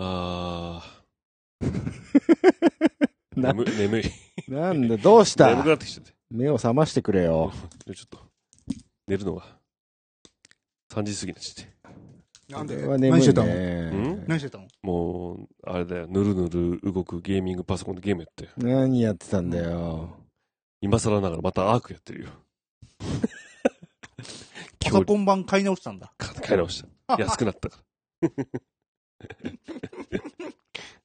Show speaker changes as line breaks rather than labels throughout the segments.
あー、
な
眠い、眠い。
なんだ、どうし
眠く
た
なってきちゃって。
目を覚ましてくれよ。
でちょっと、寝るのが、3時過ぎになっちゃって。
なんで
これは眠
何して
い
たの
ん
ね。
何してたの
もう、あれだよ、ぬるぬる動くゲーミングパソコンでゲームやって。
何やってたんだよ。
今更ながらまたアークやってるよ。
パソコン版買い直したんだ。
か買い直した。安くなった から。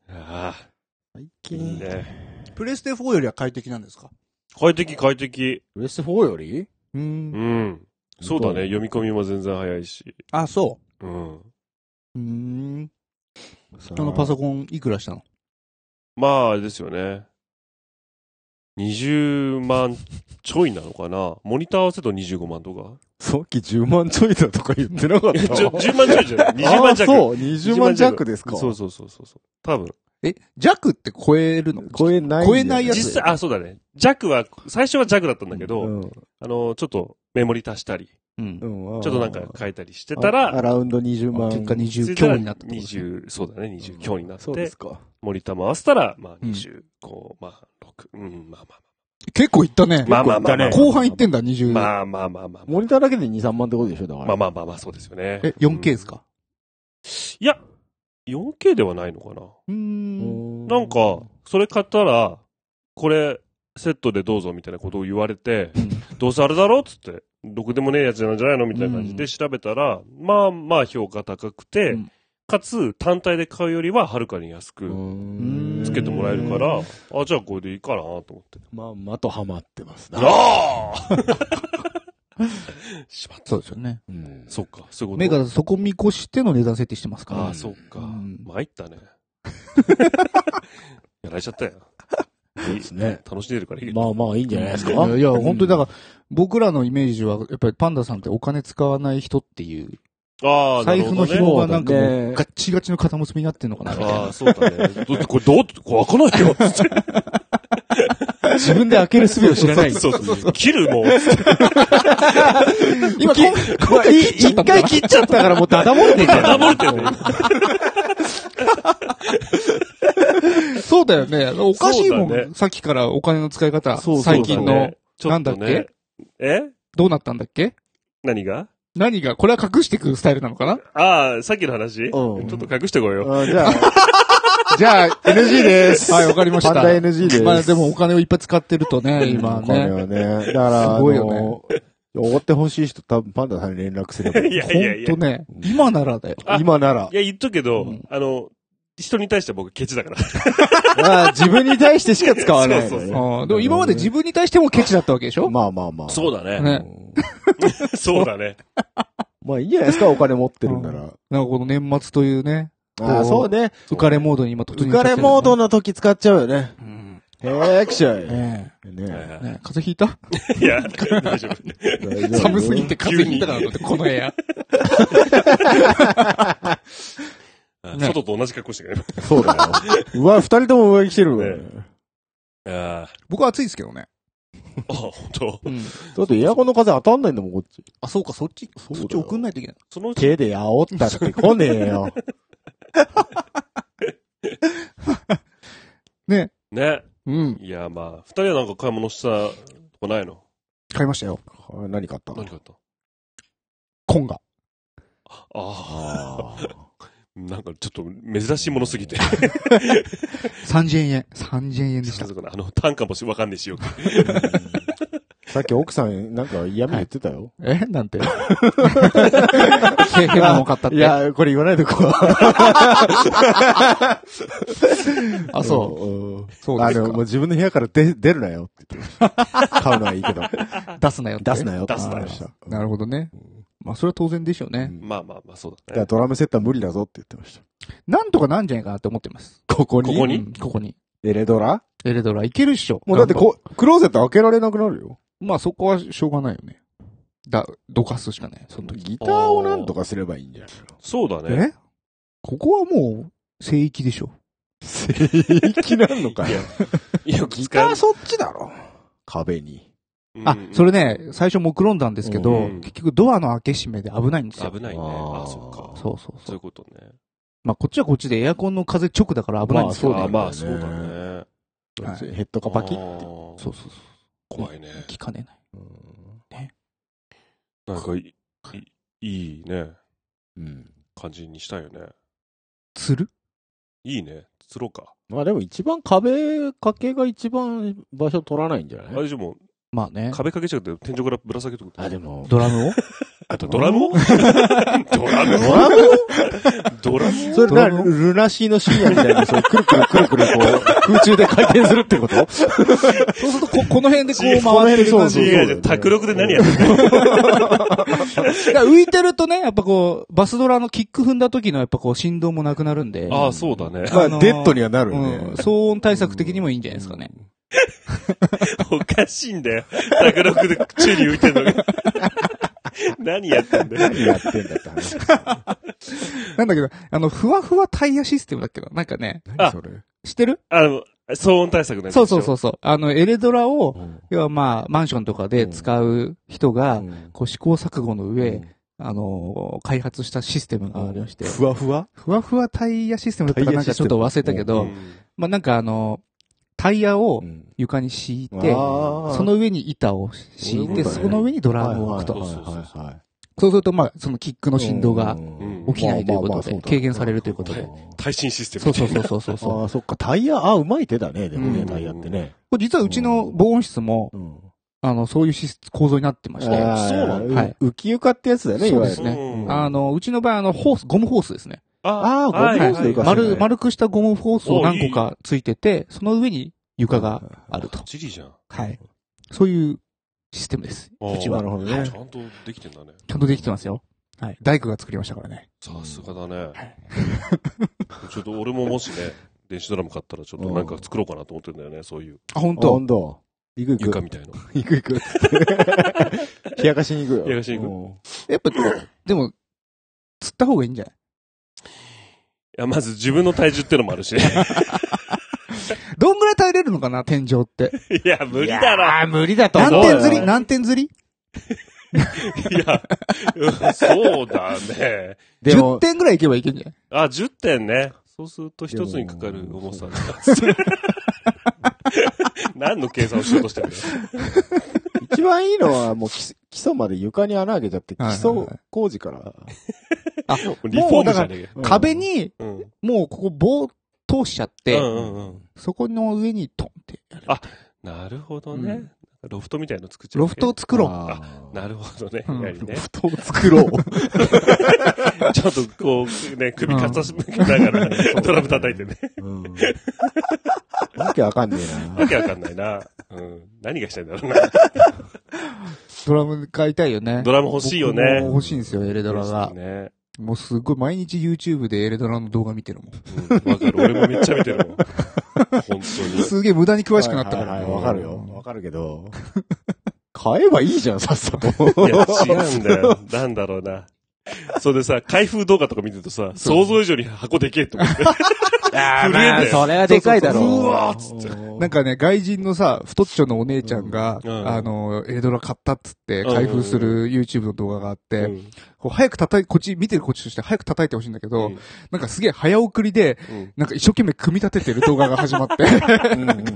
ああ、
最
いい
近、
ね。
プレステ4よりは快適なんですか
快適、快適。
ウエスト4より
う。
うんん。そうだね。
本
読み込みも全然早いし。
あ、そ
うん。
う。うん。
そ
あのパソコンいくらしたの
まあ、あれですよね。20万ちょいなのかなモニター合わせると25万とか
さっき10万ちょいだとか言ってなか った
ちょ ?10 万ちょいじゃない ?20 万
あー
弱。
そう、20万弱ですか。
そうそうそうそうそう。多分。
え、弱って超えるの
超えない。
超えないやつ
実際、あ、そうだね。弱は、最初は弱だったんだけど、
うん、
あの、ちょっとメモリ足したり、
うん
う。ん
ちょっとなんか変えたりしてたら、
あアラウンド20万。
結果
気づ
20
いた
強
ら
になったってことね。
20、そうだね、20強になっ
そうで
て
す、か。
森田回したら、まあ
うん
25、まあ6、うん、まあ
結構いったね。
まあまあまあまあまあ
後半いってんだ、20。
まあ。まあまあまあまあま
モニターだけで2、3万ってことでしょ、だか
あ。
ら。
まあまあまあまあ、そうですよね。
え、4K で
う
す
ん
か
いや、4K ではないのかな。
う。
うんん
なんか、それ買ったら、これ、セットでどうぞみたいなことを言われて、どうせあれだろっつって、どこでもねえやつなんじゃないのみたいな感じで調べたら、まあまあ評価高くて、
うん
かつ単体で買うよりははるかに安く、
うん
つけてもらえるから、あ、じゃあこれでいいかなと思って。
まあ、まとハマってますな。
ああしまった。
そうですよね。
うん
そっか、そういうこと。
メガそこ見越しての値段設定してますから。
ああ、そっか。
うん
参ったね。やられちゃったよ。いい
す ね
楽しんでるからいいけど。
まあまあ、いいんじゃないですか。
いやいや、本当にだ
か
から、僕らのイメージは、やっぱりパンダさんってお金使わない人っていう、
ああ、な
財
る
布
ほど
の
ね。
紐がなんかも
そうだ
う、
ね
ガッチガチの片結びになってんのかな、みたい
あ
な
あ、。そうだね。どこれどうこれ開かないよ。つって
自分で開ける術を知ら ない。
そうそうそう。切るもん。つって
今、こん
これ、い一回切っちゃったからもうダダ漏れてんじゃん。
ダブルってね。
そうだよね。おかしいもん、
そうだね
さっきからお金の使い方。
そうそう
最近
そうだ
の
ね、ちょっ
な
と
んだっけ
ね。え
どうなったんだっけ
何が
何が、これは隠していくスタイルなのかな
ああ、さっきの話ちょ
うん
っと隠してこいよ。
あじゃあ、
じゃ あ、NG です。 はい、わかりました。
パンダ NG です。
まあでもお金をいっぱい使ってるとね、今
お金
ね。
はね。だから、
すごいよね
あのおごってほしい人、多分パンダさんに連絡すれ ば。
いやいやいや
ほんとね、今ならだよ。
あ
今なら
い。や、言っとくけど、
うん
あの、人に対しては僕ケチだ から。
まあ自分に対してしか使わない
そうそう
のね。
うんでも今まで自分に対してもケチだったわけでしょ
まあまあまあ。
そうだね。
ね。
そうだね。
まあいいんじゃないですか、お金持ってるんなら。
なんかこの年末というね、
ああ、そうね。
浮かれモードに今突
浮
入しちゃ
か
って
れ
るね
モードの時使っちゃうよ ね。
うん
へえ、くしゃい。ね
ねえねえ風邪ひいた
いや、大丈夫。
大丈夫
寒すぎて風邪ひいたからだって、この部屋。ね
外と同じ格好してく
そうだよ。 うわ、二人とも上着着てるわ。
ねれる。あ
僕は暑いですけどね。
あ、本当。
うん。
だってエアコンの風当たんないんだもん、こっち。
あ、そうか、そっち、
そう
そ
だよ
っち送んないといけない。
そのうち、
手で煽ったって来ねえよ。
ね。
ね。
うん。
いや、まあ、二人はなんか買い物したとかないの
買いましたよ。
あ何買ったの
何買った
コンガ。
ああ、
あー
なんかちょっと珍しいものすぎて。
3000円。3000円でした。
あの、単価もわかんねえしよ。
さっき奥さん、なんか嫌味言ってたよ。
えなん て。変なもん買ったって。
いや、これ言わないでこう。
あ、そう。
うん。
そう
あ
です
の、もう
か。
自分の部屋から出、出るなよって言って ました。買うのはいいけど。
出すなよって。
出すなよって
出すな
言
よ
ってました。
なるほどね。まあ、それは当然でしょうね。
まあまあまあ、そう
だ
だ
か
ね
ら。ドラムセットは無理だぞって言ってまし
なんとかなんじゃないかなって思ってます。
た。ここに
ここに
うんここに。
エレドラ
エレドラいけるっしょ。
もうだってこ、クローゼット開けられなくなるよ。
まあそこはしょうがないよね。だ、どかすしかない。その時。
ギターをなんとかすればいいんじゃない
そうだね。
えここはもう、聖域でしょ。
正義なのかよ。
いや、
ギ
ギ
ターそっちだろ。壁に。
あ、そ
れ
れね、最初目論んだんですけ
う
ど
ん、
結局ドアの開け閉めで危ないんですよ。
危ないね。
あー
ああ、そっか。
そうそう
そう
そ
いう
う。
ことね。
まあこっちはこっちでエアコンの風直だから危ないんですけど
ま
あ
あ
ー
ね。
まあ、そ
そうう
だ
だ
ね
ね。
はい
ヘッドがパキ
あ
ッて。
ー
そうそうそ
怖いね。
う。聞かねない。
なんかいい、いいね、
うん。
感じにしたいよね。
釣る
いいね。釣ろうか。
まあでも一番壁掛けが一番場所取らないんじゃ
あ
ない
れじゃもう、
まあね。
壁掛けちゃって天井からぶら下げとくってこと
あ、でも、
ドラムを
あとドラムをドラム
ド
を
ラム
ドラムを
それな、ルナシーの深夜みたいな、そう、くるくるくるくる、こう、空中で回転する ってこと
そうするとこ、この辺でこ
違う
う回っ
この辺で
てる感じ。
そうそう
いやいや、卓力で何やってんの
だから浮いてるとね、やっぱこう、バスドラのキック踏んだ時のやっぱこう振動もなくなるんで。
ああ、そうだね。
ま
あの
あ、
ー
デッドにはなる
う
よね。
ん。騒音対策的にもいいんじゃないですかね。
おかしいんだよ。卓力で宙に浮いてんのが。 何やってんだよ。
何やってんだって話。
なんだけど、あの、ふわふわタイヤシステムだっけど、なんかね、
あ
何それ。
知ってる
あの、騒音対策のやつ。
そうそうそううそう。あの、エレドラを、
うん
要はまあ、マンションとかで使う人が、
うん
こう試行錯誤の上、
うん
あのー開発したシステムがありまして、
ふわふわ
ふわふわタイヤシステムだったか
タイ
な
ヤ
ん
シ
か
ス
ち
テ
ょっ
ム
と忘れたけど、
うん
まあなんかあの、タイヤを
うん
床に敷い
あ
て、
ー
その上に板を敷い
そうい
て、
うことだ
そ
ね
の上にドラムを置く
は
と。
いはい
そうするとまあ、そのキックの振動が
うん
起きないということで、軽減されるということで。
耐震システム
そう
みたい
そう
な。
そうそうそうそう。
ああ、そっか、タイヤ、ああ、うまい手だね、でも
う
ね、
ん
タイヤってね。
これ実はうちの防音室も、
うん。
あの、そういうシス構造になってまして、
あーそうなん
だはい
浮き床ってやつだよね、い
そう
わ
で
ゆ
す
る。
ね
うん
あの、うちの場合、あの、ホース、ゴムホースですね。
あーゴム
はい
ホースで浮かせるね
丸、丸くしたゴムホースを何個かついてて、その上に床があると。
チリじゃん。
はい。そういうシステムです。
あー
うち
な
は
る。ほど
ちゃ
ね。
んとできてんだね。
ちゃんとできてますよ。はい。大工が作りましたからね。
さすがだね。 ちょっと俺ももしね、電子ドラム買ったらちょっとなんか作ろうかなと思ってんだよね、そういう
あ、本当。
温度。行く行
床
く。
みたいの。
行く行く。冷やかしに行くよ。
冷やかしに行く
行
やっぱ、でも、釣った方がいいんじゃない
いや、まず自分の体重ってのもある しね。
どんぐらい耐えれるのかな、天井って。
いや、無理だろ。
ああ、無理だ
と思う
何
よ
点釣り何点釣り
いや、うんそうだね。
でも
?10、点ぐらいいけばいけんじゃない
あ、10点ね。そうすると一つにかかる重 さが。何の計算をしようとしてるんだよ
一番いいのは、もう基礎、基礎まで床に穴開けちゃって、基
はいはい
礎
はい
工事から。
リフォームじゃねえかよ
うん
壁、に、
うん。
もうここ棒通しちゃって、
うんうんうん。
そこの上にトンってやる。
なるほどね。
うん
ロフトみたいの作っちゃう。
ロフトを作ろう。
あー
なるほどね。
うん
やはりね
ロ。フトを作ろう。
ちょっとこう、ね、首かさしながら、ドラム叩いてね。
うん。わけわかんねえな
わ。けわかんないな。うん。何がしたいんだろうな。
ドラム買いたいよね。
ドラム欲しいよね
僕も欲しいんですよ、エレドラが。
ね。
もうすごい毎日 YouTube でエレドラの動画見てるもん。
うんわかる。俺もめっちゃ見てるも ん。本当に。
すげえ無駄に詳しくなったから。
はいは
はい
いいわ、
わか
か
る
る
よ
よ。わかるけど。買えばいいじゃん、さっさと。
い や、違うんだ よ。なんだろうな。それでさ、開封動画とか見てるとさ、想像以上に箱でけえって思 って。
あ
ーまあそ
れは
でかいだろう
うわー
う
っつって。
なんかね、外人のさ、太っちょのお姉ちゃんが、
うん
あの、エレドラ買ったっつって、
うん
開封する YouTube の動画があって、
うん
こう早く叩い、こっち、見てるこっちとして早く叩いてほしいんだけど、
うん
なんかすげえ早送りで、
うん
なんか一生懸命組み立ててる動画が始まって、
うんうんうん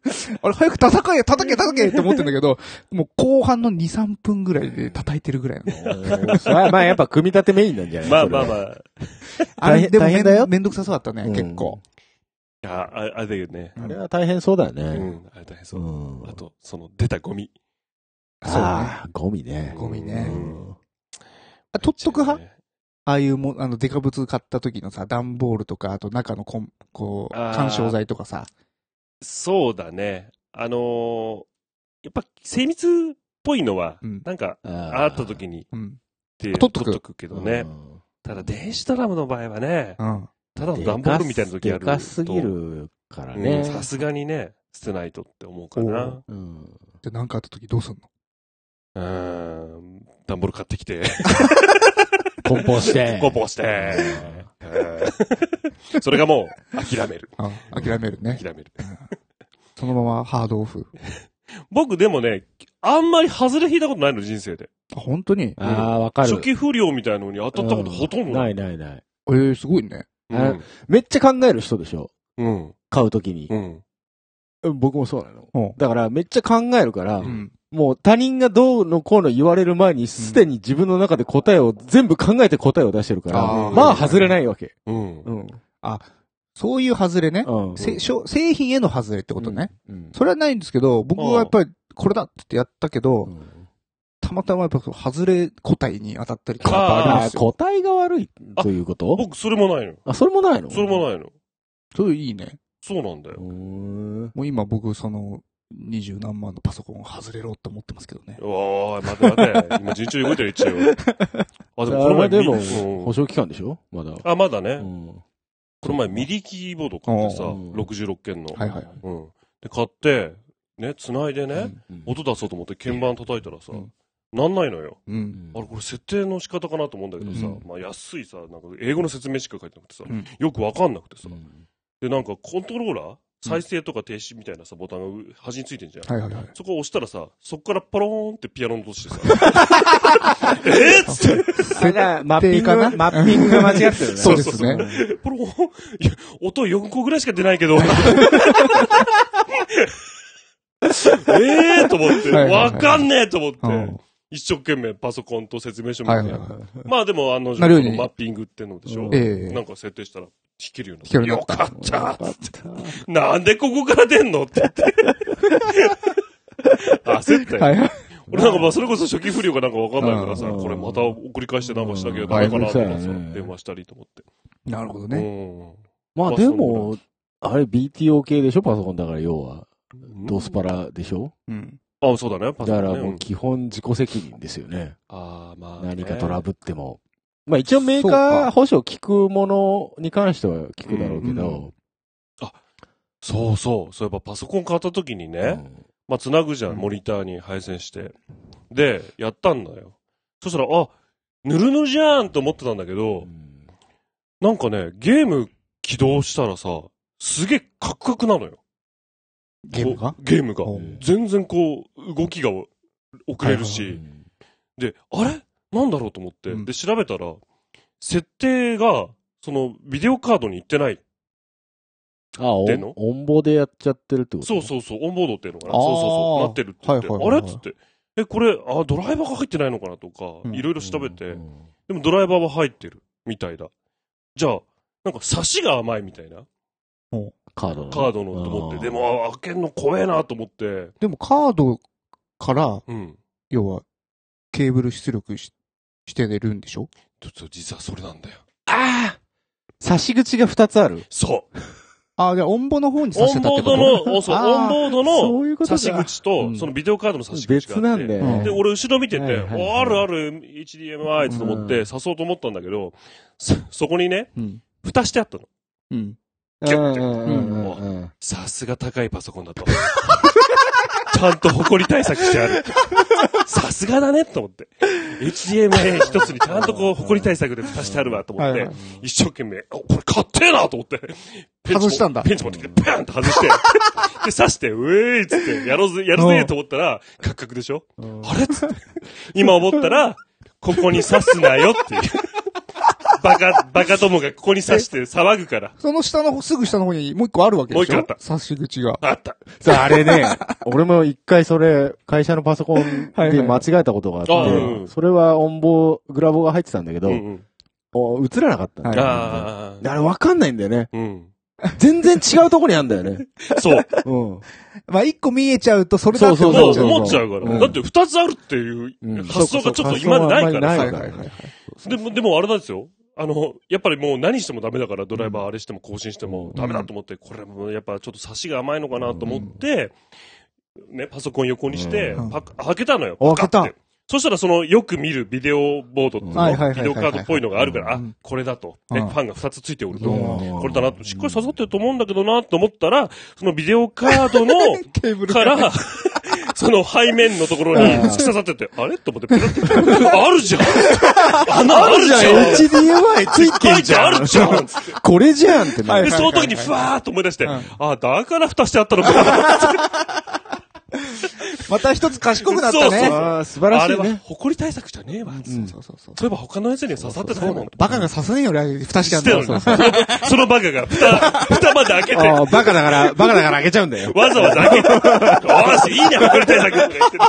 あれ早く叩け、叩け、叩けって思ってんだけど、もう後半の2、3分ぐらいで叩いてるぐらいなの。
まあまあやっぱ組み立てメインなんじゃない
まあまあま
あ。
あ。
あれ、
大変
でも
大
め
変だよ
んめんどくさそうだったね、
うん
結構。
いや、ああれだよね。
あれは大変そうだよ
う
ね。
ん。あれ大変そうう。
ん。
あと、その、出たゴミ。
そうね
ああ、ゴミね。
ゴミ
う
ね
ん
あ取っとく派
ね
ああいうも、あの、デカブツ買った時のさ、段ボールとか、あと中のこん、こう、
あー
干渉剤とかさ。
そうだね。あのー、やっぱ、精密っぽいのは、
うん
なんか、あ
あ
った時に、っ
うん。
て
あ取っとく
取っとくけどね。。ただ、電子ドラムの場合はね、
うん。
ただの段ボールみたいな時ある
で
と。
かすぎるから
う
ね
ん。さすがにね、捨てないとって思うかな。
うん。
じゃ、なんかあった時どうすんの
うーん。段ボール買ってきて、
梱 包して。
コポして、うんそれがもう、諦める。
あ、諦めるね。
諦める。
そのままハードオフ。
僕でもね、あんまり外れ引いたことないの、人生で。
あ、本当に
ああ、わかる。
初期不良みたいなのに当たったことほとんどない。
ないないない。
えー、すごいね。
うん。
めっちゃ考える人でしょ
うん。
買うときに、
うん。
僕もそうなの。
うん
だから、めっちゃ考えるから、
うん。
もう他人がどうのこうの言われる前に、すでに自分の中で答えを、全部考えて答えを出してるから、
あー
まあ外れないわけ。
うん
う。ん。
そういう外れね。
うん。
せ商製品への外れってことね。
うん。
それはないんですけど、僕はやっぱりこれだって言ってやったけど、
うん
たまたまやっぱ外れ個体に当たったりとかやっ
あー
ぱあり
あ
ま
あ、
すよ。
答えが悪いということ
僕、それもないの。
あ、それもないの
それも
い。
ないの。
それいいね。
そうなんだよ。
うーん
もう今僕その、二十何万のパソコンを外れろって思ってますけどね。
おーい、待て待て。今、順調に動いてる、一応。あ、でも、この
あ
前
れで
ミ
も
リうん、
保証期間でしょまだ。
あ、まだね。
うん
この前、ミディキーボード買ってさ、
うん
66件の。
はいはい。
うん。で、買って、ね、繋いでね、
うん
音出そうと思って鍵盤叩いたらさ、
うん
なんないのよ。
う。
うんん
あれ、これ設定の仕方かなと思うんだけどさ、
うん
まあ、安いさ、なんか、英語の説明しか書いてなくてさ、
うん
よくわかんなくてさ、
うん
で、なんか、コントローラー再生とか停止みたいなさ、ボタンが端についてんじゃん。
はいはいはい。
そこ押したらさ、そこからパローンってピアノの音して さ、えっつって、
あじゃあマッピン
設定かな
グ、マッピングが間違ってるね。
そうですね。
パローン、いや、音4個ぐらいしか出ないけど、え えと思って、
はいはいは
わ
い
かんねえと思っ
うん
て、一生懸命パソコンと説明書見
はいは
て
い、はい。
まあでも、あの、
なるように
マッピングってのでしょ
う、ん
ええ
なんか設定したら弾けるよう
弾ける
に
よ
な
う
っ
に
た。
な
よかった
よかった。
なんでここから出んのって言って。 焦ったよ。
はいはい。
俺なんかまあそれこそ初期不良かなんかわかんないからさ、
うん
これまた送り返してなんかしなきゃダメかなとかさ、
うんうん
電話したりと思って。
なるほどね。
まあでも、あれ BTO 系でしょパソコンだから要は。
うん。
ドスパラでしょ
うん。
あ、そうだね。
だ
パソコ
か
ンね
らもう基本自己責任ですよね。
ああ、まあね、
何かトラブっても。まあ一応メー
そう
カ
か
ー保証聞くものに関しては聞くだろうけど。
そうそう。そういえばパソコン買った時にね、
うん
まあ繋ぐじゃん、
うん
モニターに配線して。で、やったんだよ。そしたら、あ、ぬるぬるじゃんと思ってたんだけど、なんかね、ゲーム起動したらさ、すげえカクカクなのよ。
ゲームが
こうゲームが。
お
全然こう、動きが遅れる
う
し、
ん
で、あれなんだろうと思って、
うん
で、調べたら、設定が、その、ビデオカードに行ってない。
あ、お
での
オンボでやっちゃってるってこと
そうそうそう、オンボードっていうのかな。
あー
そうそうそう、なってるって言って、
はいはいはいはい
あれっつって。え、これ、あ、ドライバーが入ってないのかなとか、
うん
いろいろ調べて、
うん
でもドライバーは入ってる、みたいだ。じゃあ、なんか、差しが甘いみたいな、
カードの。
カードのと思っ
あー
て、で、も、あ開けんの怖えなと思って、
でもカードから、
うん。
要は、ケーブル出力ししてるんでしょ
ちょっと実はそれなんだよ。
ああ差し口が2つある。
そう
ああ、じゃあ、オンボの方にさ
オ
せ
ン
たっ
ボ
て
ー
こ
ド
と
の、 おそう
あー
オンボ
そう
ー
い
ドの
うこと
差
だ
し口
う
と、
ん
そのビデオカードの差し口があって。
別なんで。
うん
で、俺後ろ見てて、
はいはいはい
おあるある HDMI と思って刺そうと思ったんだけど、そ、そこにね、
うん。
蓋してあったの。
うん。
キュッて
うんうんうんうんうん
さすが高いパソコンだと。 ちゃんと埃対策してある。さすがだねと思って。HDMI 一つにちゃんとこう、埃対策で蓋してあるわと思っ
はい
て
はい、
一生懸命、あこれ買ってえなと思って、ペンチも
外したんだ
ペンチ持ってきて、パーンと外 して、で、刺して、ウェーイっつって、やろうぜ、やるぜと思ったら、カクカクでしょあれっつって。今思ったら、ここに刺すなよっていう。バカ、バカ友がここに刺して騒ぐから。
その下の、すぐ下の方にもう一個あるわけでしょ
もう一個あった
差し口が。
あった。
そう、あれ ね、俺も一回それ、会社のパソコン
はい
で
は
間
い
違えたことがあって、
あうん
それは音棒、グラボが入ってたんだけど、
うんうん。
お映らなかったんだよね、
あ
であれわかんないんだよね。
あ。うん。
全然違うとこにあんだよね。
そう。
うん。
まあ、一個見えちゃうと、それだって
そう
思
も
そう
っ
う
ちゃう。
思っちゃうから。
うん
だって二つあるっていう
うん
発想がちょっと
そうか
今
そう
な
か
いから
発想があんまりない
さ。
からね
でも、でもあれなんですよ。あの、やっぱりもう何してもダメだから、ドライバーあれしても更新して
うん
もダメだと思って、これもやっぱちょっと差しが甘いのかなと思って、ね、パソコン横にして
うん、
パカ開けたのよ。
お開けた
パカってそしたらそのよく見るビデオボードっていうの
はいはいはいはいはい
ビデオカードっぽいのがあるから、あ
うん、
これだと。ね、
うん
ファンが2つついておると。
うん
これだなと。しっかり刺さってると思うんだけどなと思ったら、そのビデオカード の、
ケーブル
か
が。
ら、 その背面のところに突き刺さってて、あれと思って、ペラって、 あるじゃん穴あるじゃん書
HDMI ついてん
い
じ
て
ゃ
あ
ん
るじゃんつって
これじゃんってな
はい
る
で、 その時にふわーっと思い出して、あ、だから蓋してあったのか。
また一つ賢くなった
そう
ね。
そう
ああ、素晴ら
あ
し
れ
い
は
ね。
埃対策じゃねえわ。そう
うん
そうそうそう。
いえば他のやつには刺さってないもん。
バカが刺さねえよりあれ、蓋してあ
し
ん
て
だ
るのにそのそのバカが蓋、蓋まで開けて、わ
ああ、バカだから、バカだから開けちゃうんだよ。
ざわざ開けて、おーし、いいね、埃対策とか言ってて。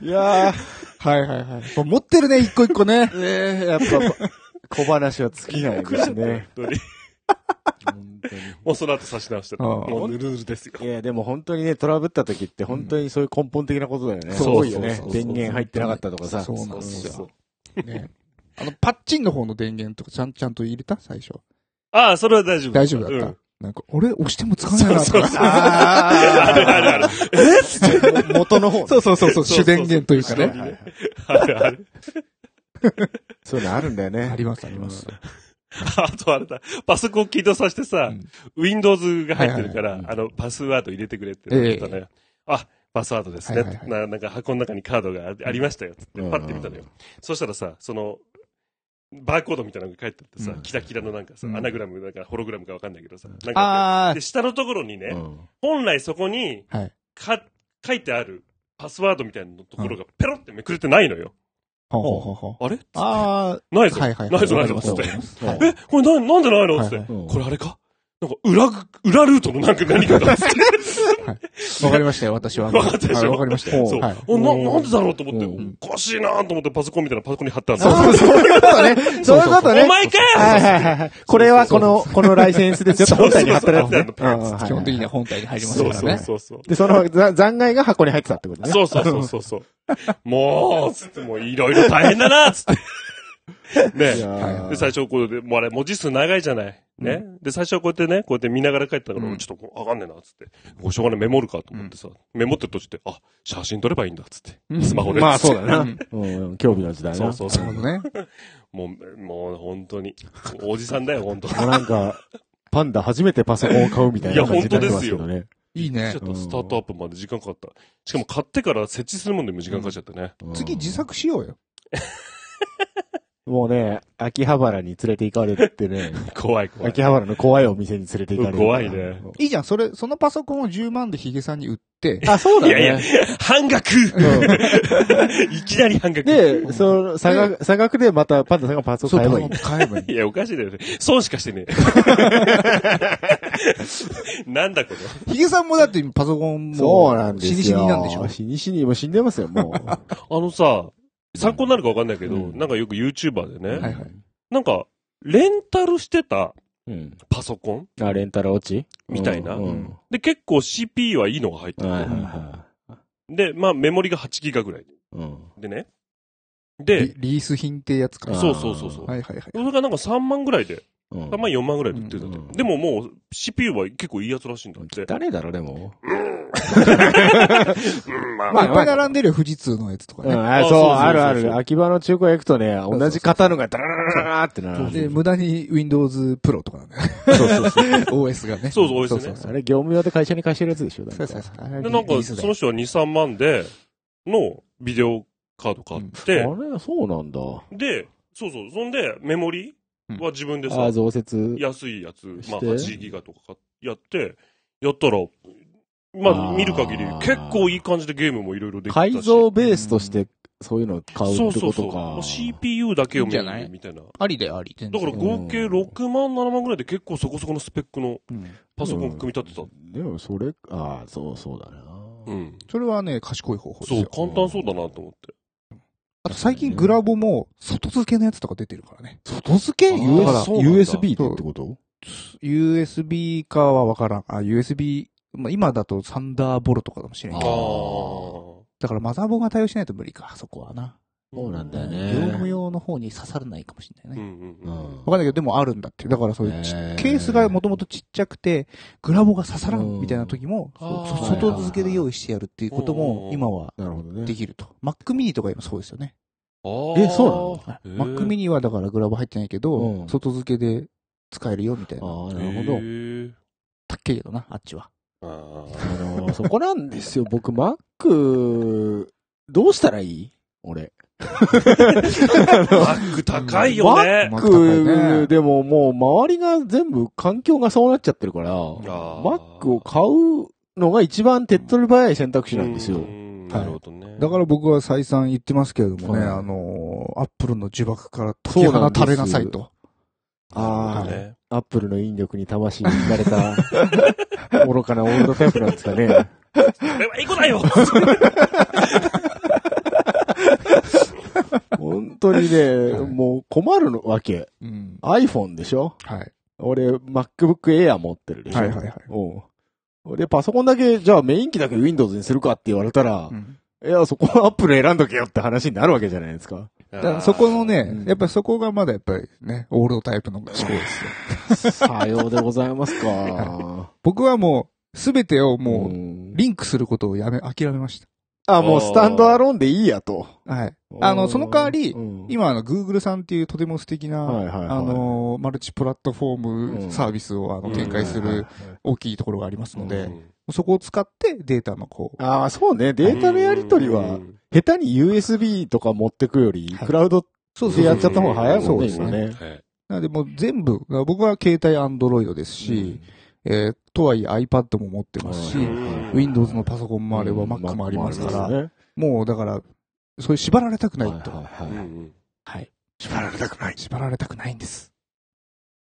いやー
はいはいはい。持ってるね、一個一個ね。
ええやっぱ、小話は尽きないですね。
本当に
本当に
もうその後刺し直してた。
ああ
もうぬるぬるですよ。
いや、でも本当にね、トラブった時って本当にそういう根本的なことだよね。
ん
すごいよね
そうそうそう。そう
電源入ってなかったとかさ。
そうなんで
そう
す
そう
よ。ね。あの、パッチンの方の電源とかちゃん、ちゃんと入れた最初。
ああ、それは大丈夫。
大丈夫だった。
うん
なんか、俺押しても使わないなとか。
あるあるある。
元の方。
そうそうそうそう、
そうそうそう
主電源というか
そう
ね
ね。あるある。
そういうのあるんだよ
あ
ね。
りますあります。
あとあれだ、パソコン起動させてさ、Windows が入ってるから、
はいはい
あの、パスワード入れてくれって言ったのよ。あ、パスワードですね。
はいはいはい
ななんか箱の中にカードがあありましたよ。つって、
うん
パッて見たのよ。そしたらさ、その、バーコードみたいなのが書いてあってさ、
うん
キラキラのなんかさ、
うん
アナグラム、なんかホログラムかわかんないけどさ、なんか
あ
で、下のところにね、
うん
本来そこに、
あ、はい。
か、書いてあるパスワードみたいなところがペロってめくれてないのよ。
ほうほうほうほう。
あれ
あ
ない
あ、
ぞ。
はいはい。
ないぞ、な
わか
い
り
ぞ、つっ
ますわか
て
り。ます
うん
え、これな、なんでないの
は
つ
い
って。
うん
これあれかなんか、裏ぐ、裏ルートのなんか何かだっつ って。
わかりましたよ、私は。
わかったでしょ
はいわかりましたよ。
そう。
はい。
おな、なんでだろうと思って、
うん
おかしいなと思ってパソコンみたいなパソコンに貼ってある
そうそういうことね。そういうことね。
お前か
はい
よ
はいはいはい。これはこの、このライセンスですよって本体に貼ってるやつね。
そうそう
うん
そう
うんはい
基本的には本体に入りますか
そう
ら
そう
ね。
そうそう。
で、そ のざ残骸が箱に入ってたってことね。
そうそうそうそうそう。もう、つって、もういろいろ大変だなつ って。ね
いやー
で、最初こうで、もうあれ文字数長いじゃない。ね。で、最初はこうやってね、こうやって見ながら帰ったから、
うん
ちょっとこうわかんねえな、つって。こうしょうがないメモるかと思ってさ、メモって途中で、あ、写真撮ればいいんだ、つって。スマホで。
まあそうだ
ね。
な
うん。
うん、興味の時代な。
そうそうそう
な。るほどね。
もう、もう本当に。おじさんだよ、本当
もうなんか、パンダ初めてパソコンを買うみたいな感じになってますけどね。
いいね
ちょっ。とスタートアップまで時間かかった。しかも買ってから設置するもんでも時間かかっちゃってね。
うん
次自作しようよ。
もうね、秋葉原に連れて行かれ てね、
怖い怖い。
秋葉原の怖いお店に連れて行かれる。
怖いね。
いいじゃん、それ、そのパソコンを10万でヒゲさんに売って、
あ、そうだ
いやい。
ね
半額いきなり半額。
で、その、差額、差額でまたパンダさんがパソコン買えばいい。
買えばいい。
いや、おかしいだよね。損しかしてねえ。なんだこ
ヒゲさんもだって今パソコンも、
そうなんですよ。
死に死になんでしょ
死に死に、もう死んでますよ、もう。
れ。あのさ、参考になるかわかんないけど、
うん
なんかよく YouTuber でね、
はいはい。
なんか、レンタルしてた
うん。
パソコン
あ、レンタル落ち
みたいな
うんうん
で、結構 CPU はいいのが入って
はい
る。
はいは
で、まあ、メモリが8ギガぐらい。
い。うん。
でね。
リ
で、
リース品ってやつか。
あー
そうそうそうそう。
はいはいはい。
それがなんか3万ぐらいで、
うん
3万4万ぐらいで売ってるんだって。
うん
でももう CPU は結構いいやつらしいんだって。
誰だろ、でも。
うん、まあ
まあ、いっぱい並んでるよ、富士通のやつと か
うん、
ね。
あ
あ、
そうそう
そう、
そう
あるある。秋葉の中古屋行くとね、
う
同じ型のがダラララララってな
で、
る。
無駄に Windows Pro とかなんだよね。
そうそうそう。
OS がね。
そうそう OS ね
あれ、業務用で会社に貸してるやつでしょ、だ
そ
か
うそうそう。あれ
で、なん
リ
か、
ースだ
そ
よ
の人は2、3万で、のビデオカード買って、
あれ、そうなんだ。
で、そうそう、そんで、メモリは自分でさ、
あ、増設。
安いやつ、まあ
して
8ギガとか買っやって、やったら、ま
あ
あ
ー
見る限り結構いい感じでゲームもいろいろできたし。
改造ベースとして、そういうのを買う
そう
って
そう
こ
そう。
と
も
か
う。CPU だけを見
いいんじゃない
るみたいな。
ありであり。全
だ
然
から合計6万、7万ぐらいで結構そこそこのスペックの
うん
パソコン組み立てた。
でも、それ、あそうそうだな。
うん。
それはね、賢い方法です
そう、
よ。
簡単そうだなと思って。
あと最近グラボも外付けのやつとか出てるからね。
外付け
あー
US-
そうなんだ
?USB ってってこと
USB かはわからん。あ、USB、まあ、今だとサンダーボルトかもしれんけ
あ
ど。
ー
だからマザーボーが対応しないと無理か、そこはな。
そうなんだよ
業
ね
務用の方に刺さらないかもしれないうね。
んうんうん。
わかんないけど、でもあるんだって。だからそういうち、
へー
ケースがもともとちっちゃくて、グラボが刺さら
うん
んみたいな時も、
あー
そ外付けで用意してやるっていうこと
うん
も、今は
なるほどね
で。きると。Mac mini とか今そうですよね。
あ
えそう
な
マックミニはだからグラボ入ってないけど、
うん
外付けで使えるよみたいな。
ああ、
な
なるほど。
たっけえけどな、あっちは。
ほど。
あのーそこなんですよ。僕、マック、どうしたらいい俺。
バッグ高いよね。
マ
マ
ック高いね
ック、でももう周りが全部環境がそうなっちゃってるから、マックを買うのが一番手っ取り早い選択肢なんです
う
よ。
ん
はい
なるほどね。
だから僕は再三言ってますけれどもね、
はい
あのーアップルの呪縛から
そ
解き
うな
放
んです
たれなさいと。
な
あ
るほど
あ、
ね
アップルの引力に魂に惹かれ た、愚かなオールドタイプなんですか
こ
ね。
れはエゴだよ
本当にね、
はい
もう困るのわけ。
うん。
iPhone でしょ
はい。
俺、MacBook Air 持ってるでしょ
はいはいはい
うん。俺、パソコンだけ、じゃあメイン機だけ Windows にするかって言われたら、いや、そこは Apple 選んどけよって話になるわけじゃないですか。
だからそこの
う
ね
ん、
やっぱりそこがまだやっぱりね、オールドタイプの思考ですよ。
さようでございますか。
僕はもう、すべてをもう、
ん
リンクすることをやめ、諦めまし
あ、もうスタンドアローンでいいやと。
た。はい。あのその代わり
うん
今、あの、Google さんっていうとても素敵な、
はいはいはい
あのー、マルチプラットフォー
う
ム
ん
サービスをあの
うん
展開す
はいはい
る
はい
大きいところがありますの
う
で、
ん
そこを使ってデータのこう、
ああ、そうね。データのやり取り
う
は、
ん
下手に USB とか持ってくより、
はい
クラウド
そう
でやっちゃった方が早いもんね、
そうです
今ね。
ね
はい
なのでもう全部、僕は携帯 Android ですし、えーとはいえ iPad も持ってますし、
うん
Windows のパソコンもあれば Mac もありますから、もうだから、そういう縛られたくないと。
うんうん
はい。縛られたくない。縛られたくないんです。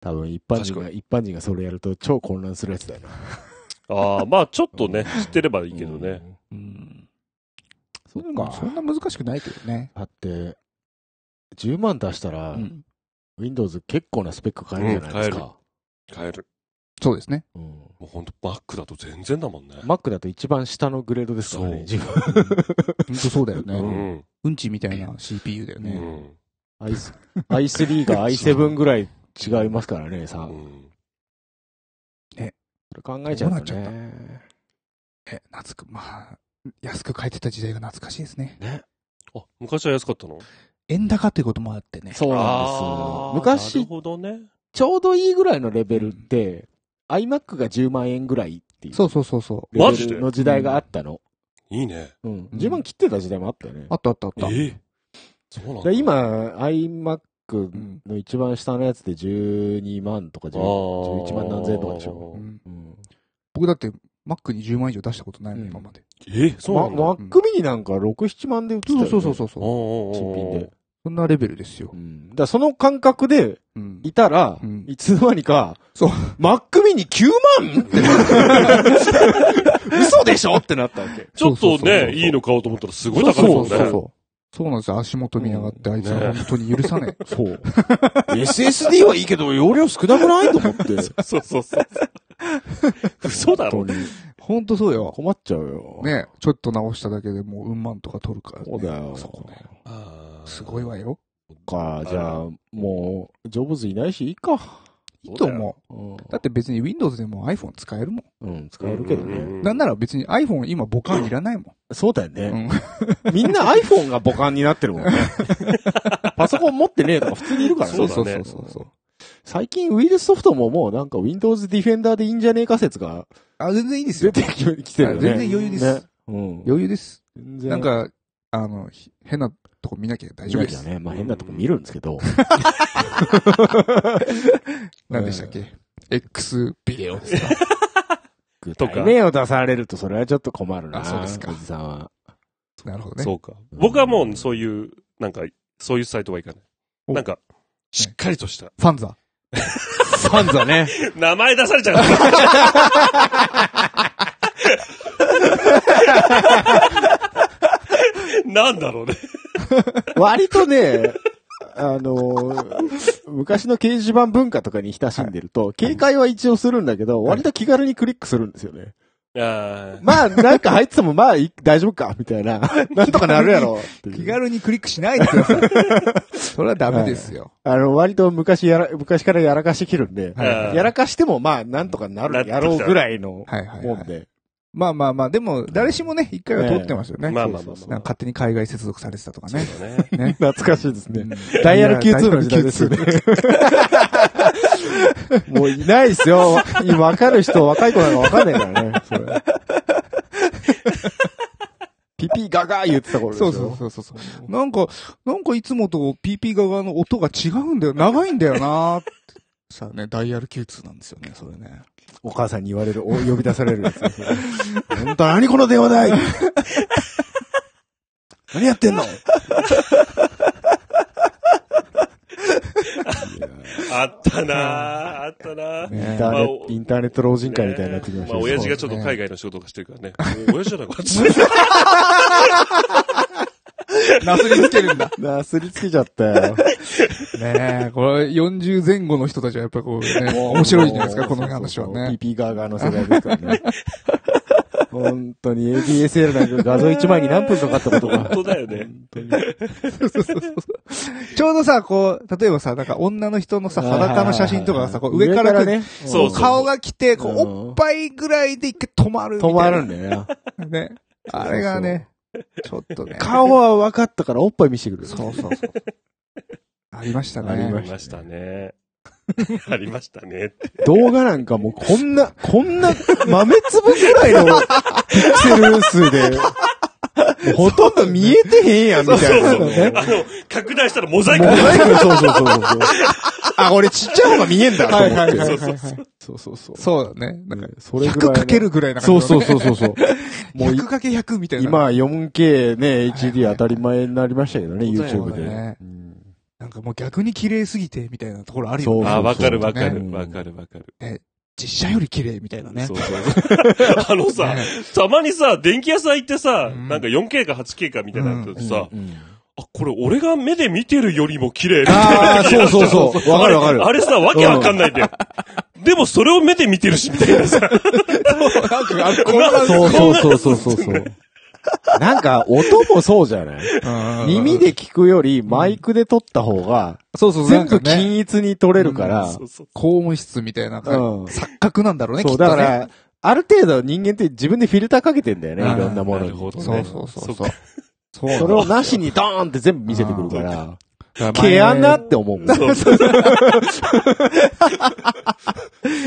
多分一般人
確
が、一般人がそれやると超混乱するやつだよな。
ああ、まあちょっとね、知ってればいいけどね。
うん。
うん。そっ
そん
か。
な難しくないけどね。
だって、10万出したら、
うん。
Windows 結構なスペック変えるじゃないですか。
変える。
そうですね。
うん
もうほんと、バックだと全然だもんね。
Mac だと一番下のグレードですからね、
そ
自分。
本当そうだよね。
う
うん、
ん。
ちみたいな CPU だよ
う
ね。
ん。
i3 が i7 ぐらい違いますからね、
う
さ。
ん
それ考えちゃうと
どうなっち
ね。
え、懐く、まあ、安く買えてた時代が懐かしいですね。
あ、昔は安かったの
円高っていうこともあってね。
そうなんです
あ
よ
ー。な
昔
る、ほどね。
ちょうどいいぐらいのレベルって、iMac が10万円ぐらいっていう。
そうそうそうそう。
マ
レベ
ジで
ルの時代があったの。
いいね。
うん。10万切ってた時代もあったよね。
あったあったあっ
え
た。
ーそうなん
だ
だ。
から、今、iMac
うん
の一番下のやつで12万とか
あー、
10 11万何千円とかでしょ。
うん
うん。
僕だって、Mac に10万以上出したことないもん、
うん
今まで。
えーそうなんだ。
ま Mac mini なんか6、7万で売ってたよ
そ
ね
うそうそ
お
うそうそう。
ーおーおー
新品で。
そんなレベルですよ
う。ん。だからその感覚で
うん。
いたら
うん、
いつの間にか、
そう。
Mac mini 9万ってな嘘でしょってなったわけ。
ちょっ
そ
と
うそうそうそう
ね、いいの買おうと思ったらすごい
そう
高い
そ
も
うんそう
ね。
そう。そうなんですよ。足元見やがって、あいつ
ね
は本当に許さねえ。
そう。SSD はいいけど、容量少なくないと思って。
そうそうそう。嘘だろ
本。当に
本当そうよ。
困っちゃうよ。。
ねちょっと直しただけでもう、うんまんとか取るから、ね。
そうだよ。
そこね。
あー
すごいわよ。
か、じゃあ、もう、ジョブズいないし、いいか。
いいと思う。
うん。
だって別に Windows でも iPhone 使えるも
うん、使えるけど
うんうん
ね。
うん
ん。なんなら別に iPhone 今母艦いらないも
そうだよ
ん。う
ね。
ん。
みんな iPhone が母艦になってる もんね。パソコン持ってねえとか普通にいるから
そ
ね
う。だね
そうそうそうそう。
最近ウイルスソフトももうなんか Windows Defender でいいんじゃねえか説が
あ、全然いいです
出
よ。
てききてるよね。
全然余裕です
ね。うん。
余裕です。
全然
なん、か、あの、ひ変なとこ見なきゃ大丈夫です。
ね。まあ変なとこ見るんですけ ど。
何でしたっけ ?X ビデオですか
具
と
体
か
名を出されるとそれはちょっと困るな。
あそうですか
おじさんは。
なるほどね。
そうか。僕はもうそういう、なんか、そういうサイトはいかない。
お
なんか、しっかりとした。
ファンザ。
サンザね。
名前出されちゃう。なんだろうね。
割とね、あのー昔の掲示板文化とかに親しんでると、警戒は一応するんだけど、割と気軽にクリックするんですよね。
あ
まあ、なんか入ってても、まあ、い大丈夫か、みたい な。なんとかなるやろっていう。
気軽にクリックしないでください。それはダメですよ。
あの、割と昔やら、昔からやらかしてきるんで、
あー。
やらかしても、まあ、なんとか
な
な
っ
る
てきた
やろうぐらいの、
はいはい、
も
は
ん
い。
で。
まあまあまあ、でも、誰しもね、一回は通ってますよね。
まあまあまあ
そうそう
ま
そう
なんか勝手に海外接続されてたとかね。
あ。ね
ね。
懐かしいですね。
うん
ダイヤル
いや
Q2 の時代ですよね
ダイヤル Q2。
もういないですよ。今わかる人、若い子なんかわかんないからね。それピピガガー言ってた頃です
そ
よ。
うそうそうそうそう。なんか、なんかいつもと PP 側の音が違うんだよ。長いんだよなーってさあね、ダイヤル Q2 なんですよね、それね。
お母さんに言われる、お呼び出されるやつ。本当何この電話代何やってんの
あったなぁ、あったなぁ。
インターネット
まあ、
インターネット老人会みたいになってきました
まあ、親父がちょっと海外の仕事がしてるからね。もう親父じゃなくなっちゃっ
なすりつけるんだ。
なすりつけちゃったよ。
ねえ、これ40前後の人たちはやっぱこうね、面白いじゃないですか、この話は
ピー
ね。
ピーガーガーの世代ですから ね。本当に ADSL なんか画像1枚に何分かかったこと
た。
か
本。当だよね。
ちょうどさ、こう、例えばさ、なんか女の人のさ、裸の写真とかがさ、こう上から来る。
ね、
そうそう
顔が来て、こ
う
う、
ん
おっぱいぐらいで一回止まるみたい
止
な。
まるんだよな。
ね。あれがね、ちょっとね。
顔は分かったからおっぱい見せてくる。
そうそうそう。ありましたね。
あり
あ
ま
りましたね。ありましたね。
動画なんかもうこんな、こんな豆粒ぐらいのピクセ ル数で、ほとんど見えてへんやん、
そ
み
う
た
そ
いうな
そう。
のね。
あの、拡大したらモザイ
モ
ク。
ザイクそうそうそうそう。あ、俺ちっちゃい方が見えんだ、と思って。
はい
はいはい。
そうそうそう。
そうだね。なんか、
それぐらいの。
100かけるぐらいな
そ
感
う
じ、
そうそうそうそう。もうい
100かけ100みたいな。
今 4K ね、HD
はい
当たり前になりましたけどね、
そうだ
YouTube
ね
で。うん
なんかもう逆に綺麗すぎて、みたいなところあるよ
そう
ね。
あ、わかるわか
う
る。
ん
わかるわかる。
実写より綺麗みたいなね
そ。うそうそう。あのさ
ね、
たまにさ、電気屋さん行ってさ、
うん
なんか 4K か 8K かみたいなの
うん
さ、
うん
あ、これ俺が目で見てるよりも綺麗みたいな。
ああ、そうそうそう。わかるわかる
あ。れさ、わけわかんないんだよ。でもそれを目で見てるし、みたいなさ。
なんか、あれ、こ
そうそうそうそうそうそう。なんか、音もそうじゃない耳で聞くより、マイクで撮った方が、
そうそう、
全部
なんかね
均一に撮れるから、
そうそう
高音質みたいな感
うん
じ。錯覚なんだろうね、き
そ
っ
う、
とね
だから、ある程度人間って自分でフィルターかけてんだよね、
うん
いろんなもの
なるほ
に。
どね
そうそうそう
そ
そうう。そう
それをなしにドーンって全部見せてくるから、
だから
毛
前
穴って思うもん。
そうそう
そうそう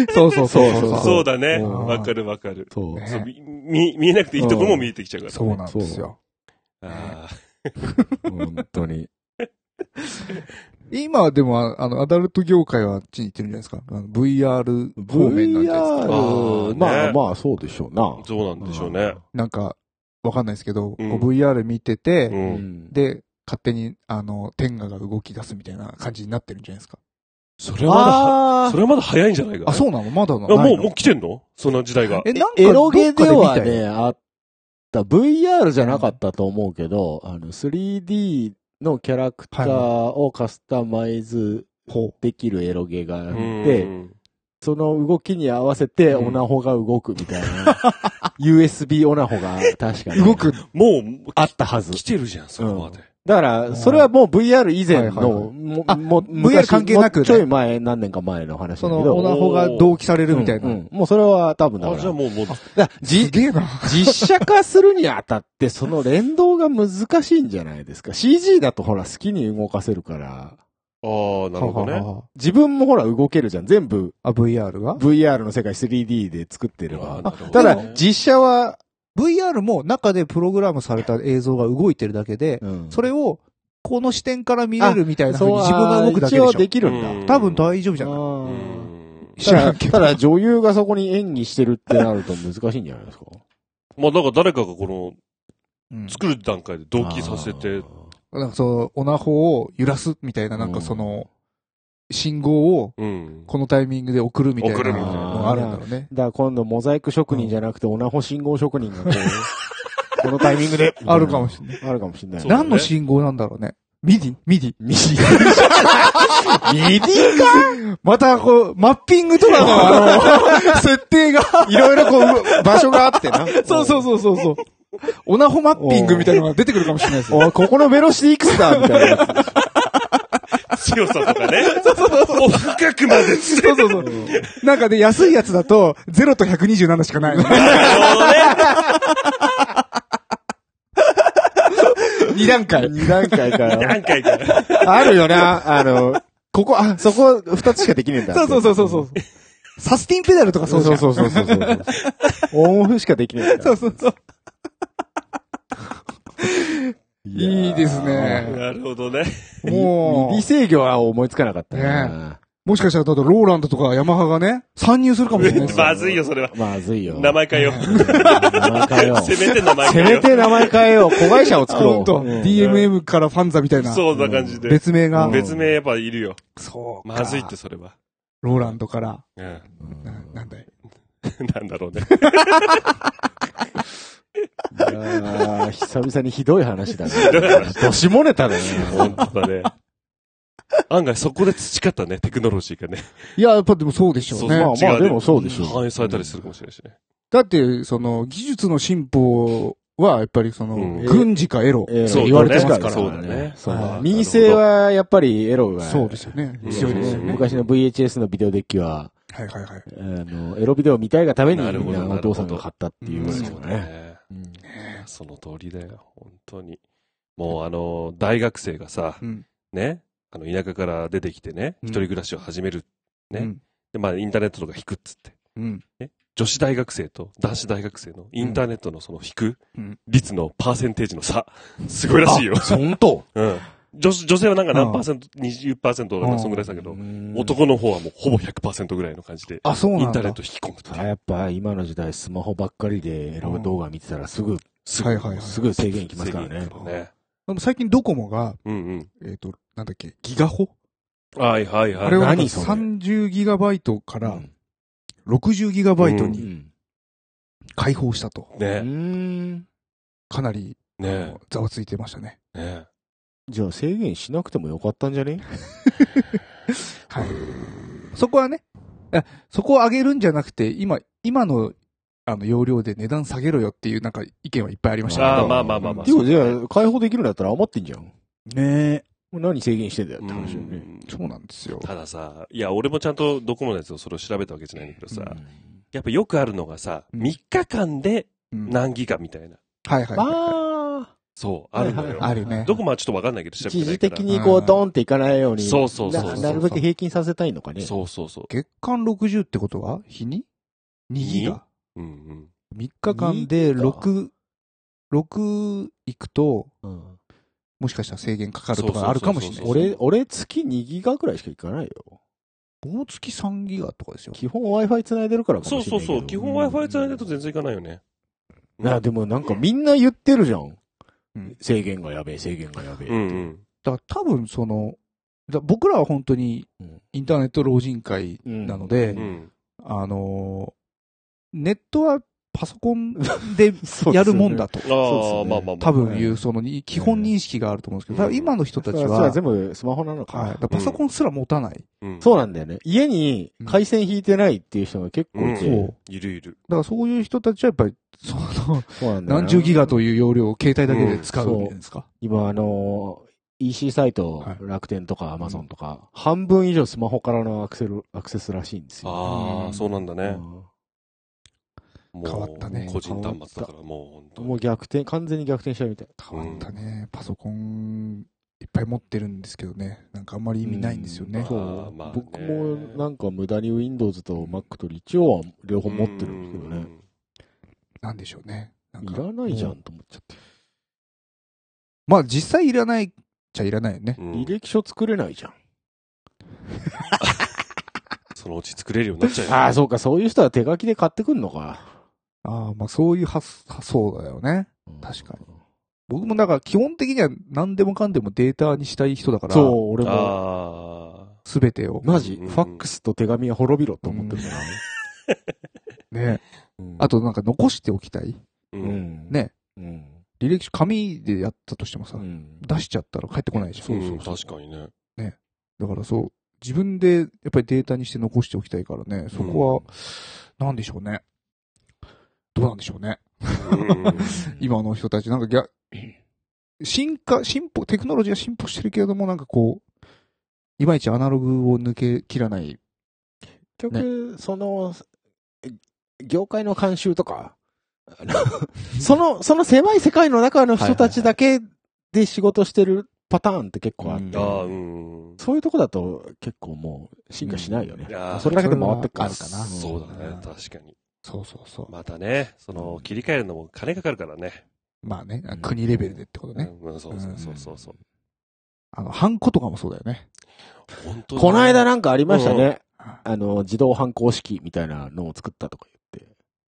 そうそう
そう
そうだね。
うん
わかるわかる。
そう
ね
そうみ見、見えなくていいところも見えてきちゃうから。
そうなんですよ。
あー
本当に。
今はでも、ああの、アダルト業界はあっちに行ってるんじゃないですか。あの VR 方面なんじゃないですか。
あー
VR、ま
ね
あまあそうでしょうな。
そうなんでしょうね。
なんか、わかんないですけど、こう
うん
VR 見てて、
う。
うんん
で、勝手に、あの、天下が動き出すみたいな感じになってるんじゃないですか。
それはまだは、
あ
それはまだ早いんじゃないか。
あ、そうなのまだな
あ
ないの
もう、もう来てんのそんな時代が。
え、な
ー
んか、
エロゲでは
どっかで見たよ。
ね、あった。VR じゃなかったと思うけど、あの、3D のキャラクターをカスタマイズできるエロゲがあっ
う
て、
ん。
その動きに合わせて
うん
オナホが動くみたい な、USB オナホが確かに。
動く。
もう、
あったはず。
来てるじゃん、そこまで。
だから、それはもう VR 以前
はいはいは
の、
い
も
あ
も
VR 関係なくね
もうちょい前、何年か前の話だ
そ
け
の、
ど。
オナホが同期されるみたいな。
うんうんもうそれは多分だか
あ、じゃあ
ら。
もう、もう、
だから
す
じ
げえな。
実写化するにあたって、その連動が難しいんじゃないですか。CG だとほら好きに動かせるから、
ああ、なるほどね。
はは
自分もほら動けるじゃん。全部
あ、VR が
VR の世界 3D で作ってれば
あなるほど。
た
でも
だ、実写は、
?VR も中でプログラムされた映像が動いてるだけで、
うん
それを、この視点から見れるみたいな風
そ
に
う
自分が動くだけで
あー
し
一応で
ょ。
きるんだ。
うん
多分大丈夫じゃない
うん
あーただ、ただ女優がそこに演技してるってなると難しいんじゃないですか。
まあ、なんか誰かがこの、
うん
作る段階で同期させて、
なんかその、オナホを揺らすみたいな、なんかその、信号を
うん。
このタイミングで送るみたいな
送るみ
たいな
のがあるんだろうね。
だから今度モザイク職人じゃなくてオナホ信号職人がこう、このタイミングで。
あるかもしれない。
あるかもしれない
そう
な。
だね
何の信号なんだろうね。ミディミディ
ミディ。ミディ
また、こう、マッピングとかの、あの、設定が。
いろいろこう、場所があってな。
そうそうそうそうそう。オナホマッピングみたいなのが出てくるかもしれないですよ。
おいここのベロシティいくつだみたいな。
強さとかね。お深くまで。
そうそうそう。なんかね、安いやつだと、0と127しかないの。2段階。
二段階から。
何回か。
あるよな。あの、ここ、あ、そこ二つしかできねえんだ。
そうそうそうそうそう。サスティンペダルとか
そ
そううじ
そ
ゃ。
うんそうそうそうそう。オンオフしかできないから。
そうそうそう。
いやー
いいですね。
なるほどね。
も
も
う。
う
ミディ制御は思いつかなかったな。
もしかしたら、だとローランドとかヤマハがね、参入するかもしれないですよ。
まずいよ、それは。
まずいよ。
名前変えよう。
名前変えよう。
せめて名前
せ
変えよ
め
う。
て名前変えよう。子会社を作ろ
本
う。
当、
うん
DMM からファンザみたいな。
そうな感じで。
別名が。
別名やっぱいるよ。
そうか
まずいって、それは。
ローランドから、
うん。
ななんだい。
なんだろうね。
いやー久々にひどい話だね。どしもネタだね。
本当だね。案外そこで培ったね、テクノロジーがね。
いや、やっぱでもそうでしょうね。
まあ
そっち側
まあでもそうでしょう
反映されたりするかもしれないしね。
だって、その、技術の進歩は、やっぱりその、
うん
軍事かエロ。
えー
そう
言われてま
だ
すか
ね
ら
そうだね
そう
はい
民生はやっぱりエロが。
そうですよね。
うん
強いですよ
うん
ね。
昔の VHS のビデオデッキは、
はいはいはい。
あの、エロビデオを見たいがために、
なるほど
みんな
な
お
るほど
父さんが買ったっていう。
うん
そうね。
うん
その通りだよ、本当に。もうあの、大学生がさ、
うん。
ね、あの、田舎から出てきてね、
うん
一人暮らしを始める。ね
うん
で、まあ、インターネットとか引くっつって。
うん。
女子大学生と男子大学生のインターネットのその引く
うん
率のパーセンテージの差、すごいらしいよ。
本当
うん。女子女性はなんか
う
何
ん
パーセント、20%とかなんかそんぐらいだけど、
男。
男の方はもうほぼ100%ぐらいの感じで、
あ、そう
イ
な
ン
ん
ター
だ
ネッ。ト引き込むっていう。
やっぱ今の時代スマホばっかりでエロ動画見てたらすぐ、
す
はいはいはい。
すぐ制限いきますから
制
ね
限来。るね。
でも最近ドコモが、
うんうん。
えっ、と、なんだっけ、ギガホ
はいはいはい。
あれをなんか
何それ
30ギガバイトか
う
ら
ん
60ギガバイト
う
に解放したと。
う
ね
ん。
かなり、
ねね
ざわついてましたね。
え。
じゃあ制限しなくてもよかったんじゃね
はい。そこはね、あそこを上げるんじゃなくて、今、今の、あの、容量で値段下げろよっていう、なんか、意見はいっぱいありました
あ
け
あ、
ど。
まあまあまあまあ。
でもじゃあ解放できるんだったら余ってんじゃん。も
ねえ。
う何制限してんだよっ
う
て話だよね。
ん
そうなんですよ。
たださ、いや、俺もちゃんとドコモのやつをそれを調べたわけじゃないんだけどさ、
うん
やっぱよくあるのがさ、
うん
3日間で
うんはい
何ギガみたいな。
はいは
あ
そう、あるの
はい
よ。
い。あるね。
ドコモはちょっとわかんないけど、調べ
あ、
て
一
ない
時
から。
的にこうドーンっていかないように。
そうそうそう
ななるべく平均させたいのかね。
そうそうそ
月間60ってことは、日に ?2 ギガ。
う。うんうん。
3日間
二
で
ギガ
6、6いくと、
うん
もしかしたら制限かかるとかあるかもしれない。
そうそうそう
俺、俺月2ギガぐらいしかいかないよ。
棒付き3ギガとかですよ。
基本 Wi-Fi 繋いでるからか
そ
も
う
しれ
そ
な
う
いけど。
そう。基本 Wi-Fi つないだと全然いかないよね。
なでもなんかみんな言ってるじゃん
うん。
制限がやべえ、制限がやべえっ
う
て。
んうん。
だから多分その、だ僕らは本当に
うん
インターネット老人会なので、
うん
うん。
あのーネットはパソコンで
そうですね
やるもんだと、
あ
そう
あ、
ですね
まあまあまあ。
多分いうう、
ん
そのに基本認識があると思うんですけど、
うん
多分今の人たち
それ
は、
は全部スマホなの
はい、
か
だから。パソコンすら持たない。
うん
そうなんだよね。家に回線引いてないっていう人が結構いて。
うん
そう。
いるいる。
だからそういう人たちはやっぱり、その、
そう なんだよな
何十ギガという容量を携帯だけで使
うん
うんですか、
今、あのー、EC サイト
はい、
楽天とか Amazon とか、半分以上スマホからのアクセル、アクセスらしいんですよ。
あ
う
あ、
ん
そうなんだね。もう
変わったね
個人端末だからもう本
う
当
ん
に
もう逆転、完全に逆転しちゃうみたい。
変わったね。パソコン、いっぱい持ってるんですけどね。なんかあんまり意味ないんですよね。
うん
そう
あーまあね
僕もなんか無駄に Windows と Mac と一応は両方持ってるんですけどね。
なんでしょうね。なんか
いらないじゃんと思っちゃって。
まあ実際いらないっちゃいらないよね。
うん。うん
履歴書作れないじゃん。
そのうち作れるようになっちゃうよ
ああ、そうか、そういう人は手書きで買ってくんのか。
ああ、まあそういう発発想だよね。
うん
確かに。僕もだから基本的には何でもかんでもデータにしたい人だから、
そう、俺も。
ああ。
すべてを。
マジ、
うんうん
ファックスと手紙は滅びろと思ってるからね。
ね。
うん
あ、となんか残しておきたい。
う。
うんん。
ね。
うん。
履歴書、紙でやったとしてもさ、
うん
出しちゃったら帰ってこないでしょ。
そうそう。確かにね。
だからそう、自分でやっぱりデータにして残しておきたいからね、そこは、なんでしょうね。どうなんでしょうね。
うんうん
今の人たち、なんかぎゃ、 進化、進歩、テクノロジーが進歩してるけれども、なんかこう、いまいちアナログを抜けきらない。
結局、その、え業界の慣習とか、あのその、その狭い世界の中の人たちだけで仕事してるパターンって結構あって、
うん
ああ、うん。
そういうとこだと結構もう進化しないよね。
いやー
それだけで回ってくから。
それはあるかな
そうだ
う
ね
ん。
確かに。
そうそうそう。
またね、その、切り替えるのも金かかるからね。
まあね、国レベルでってことね。
うん、そうそうそうそうそう。
あの、ハンコとかもそうだよね。
本当だね
この間なんかありました
う
ね。あの、自動反抗式みたいなのを作ったとか言って。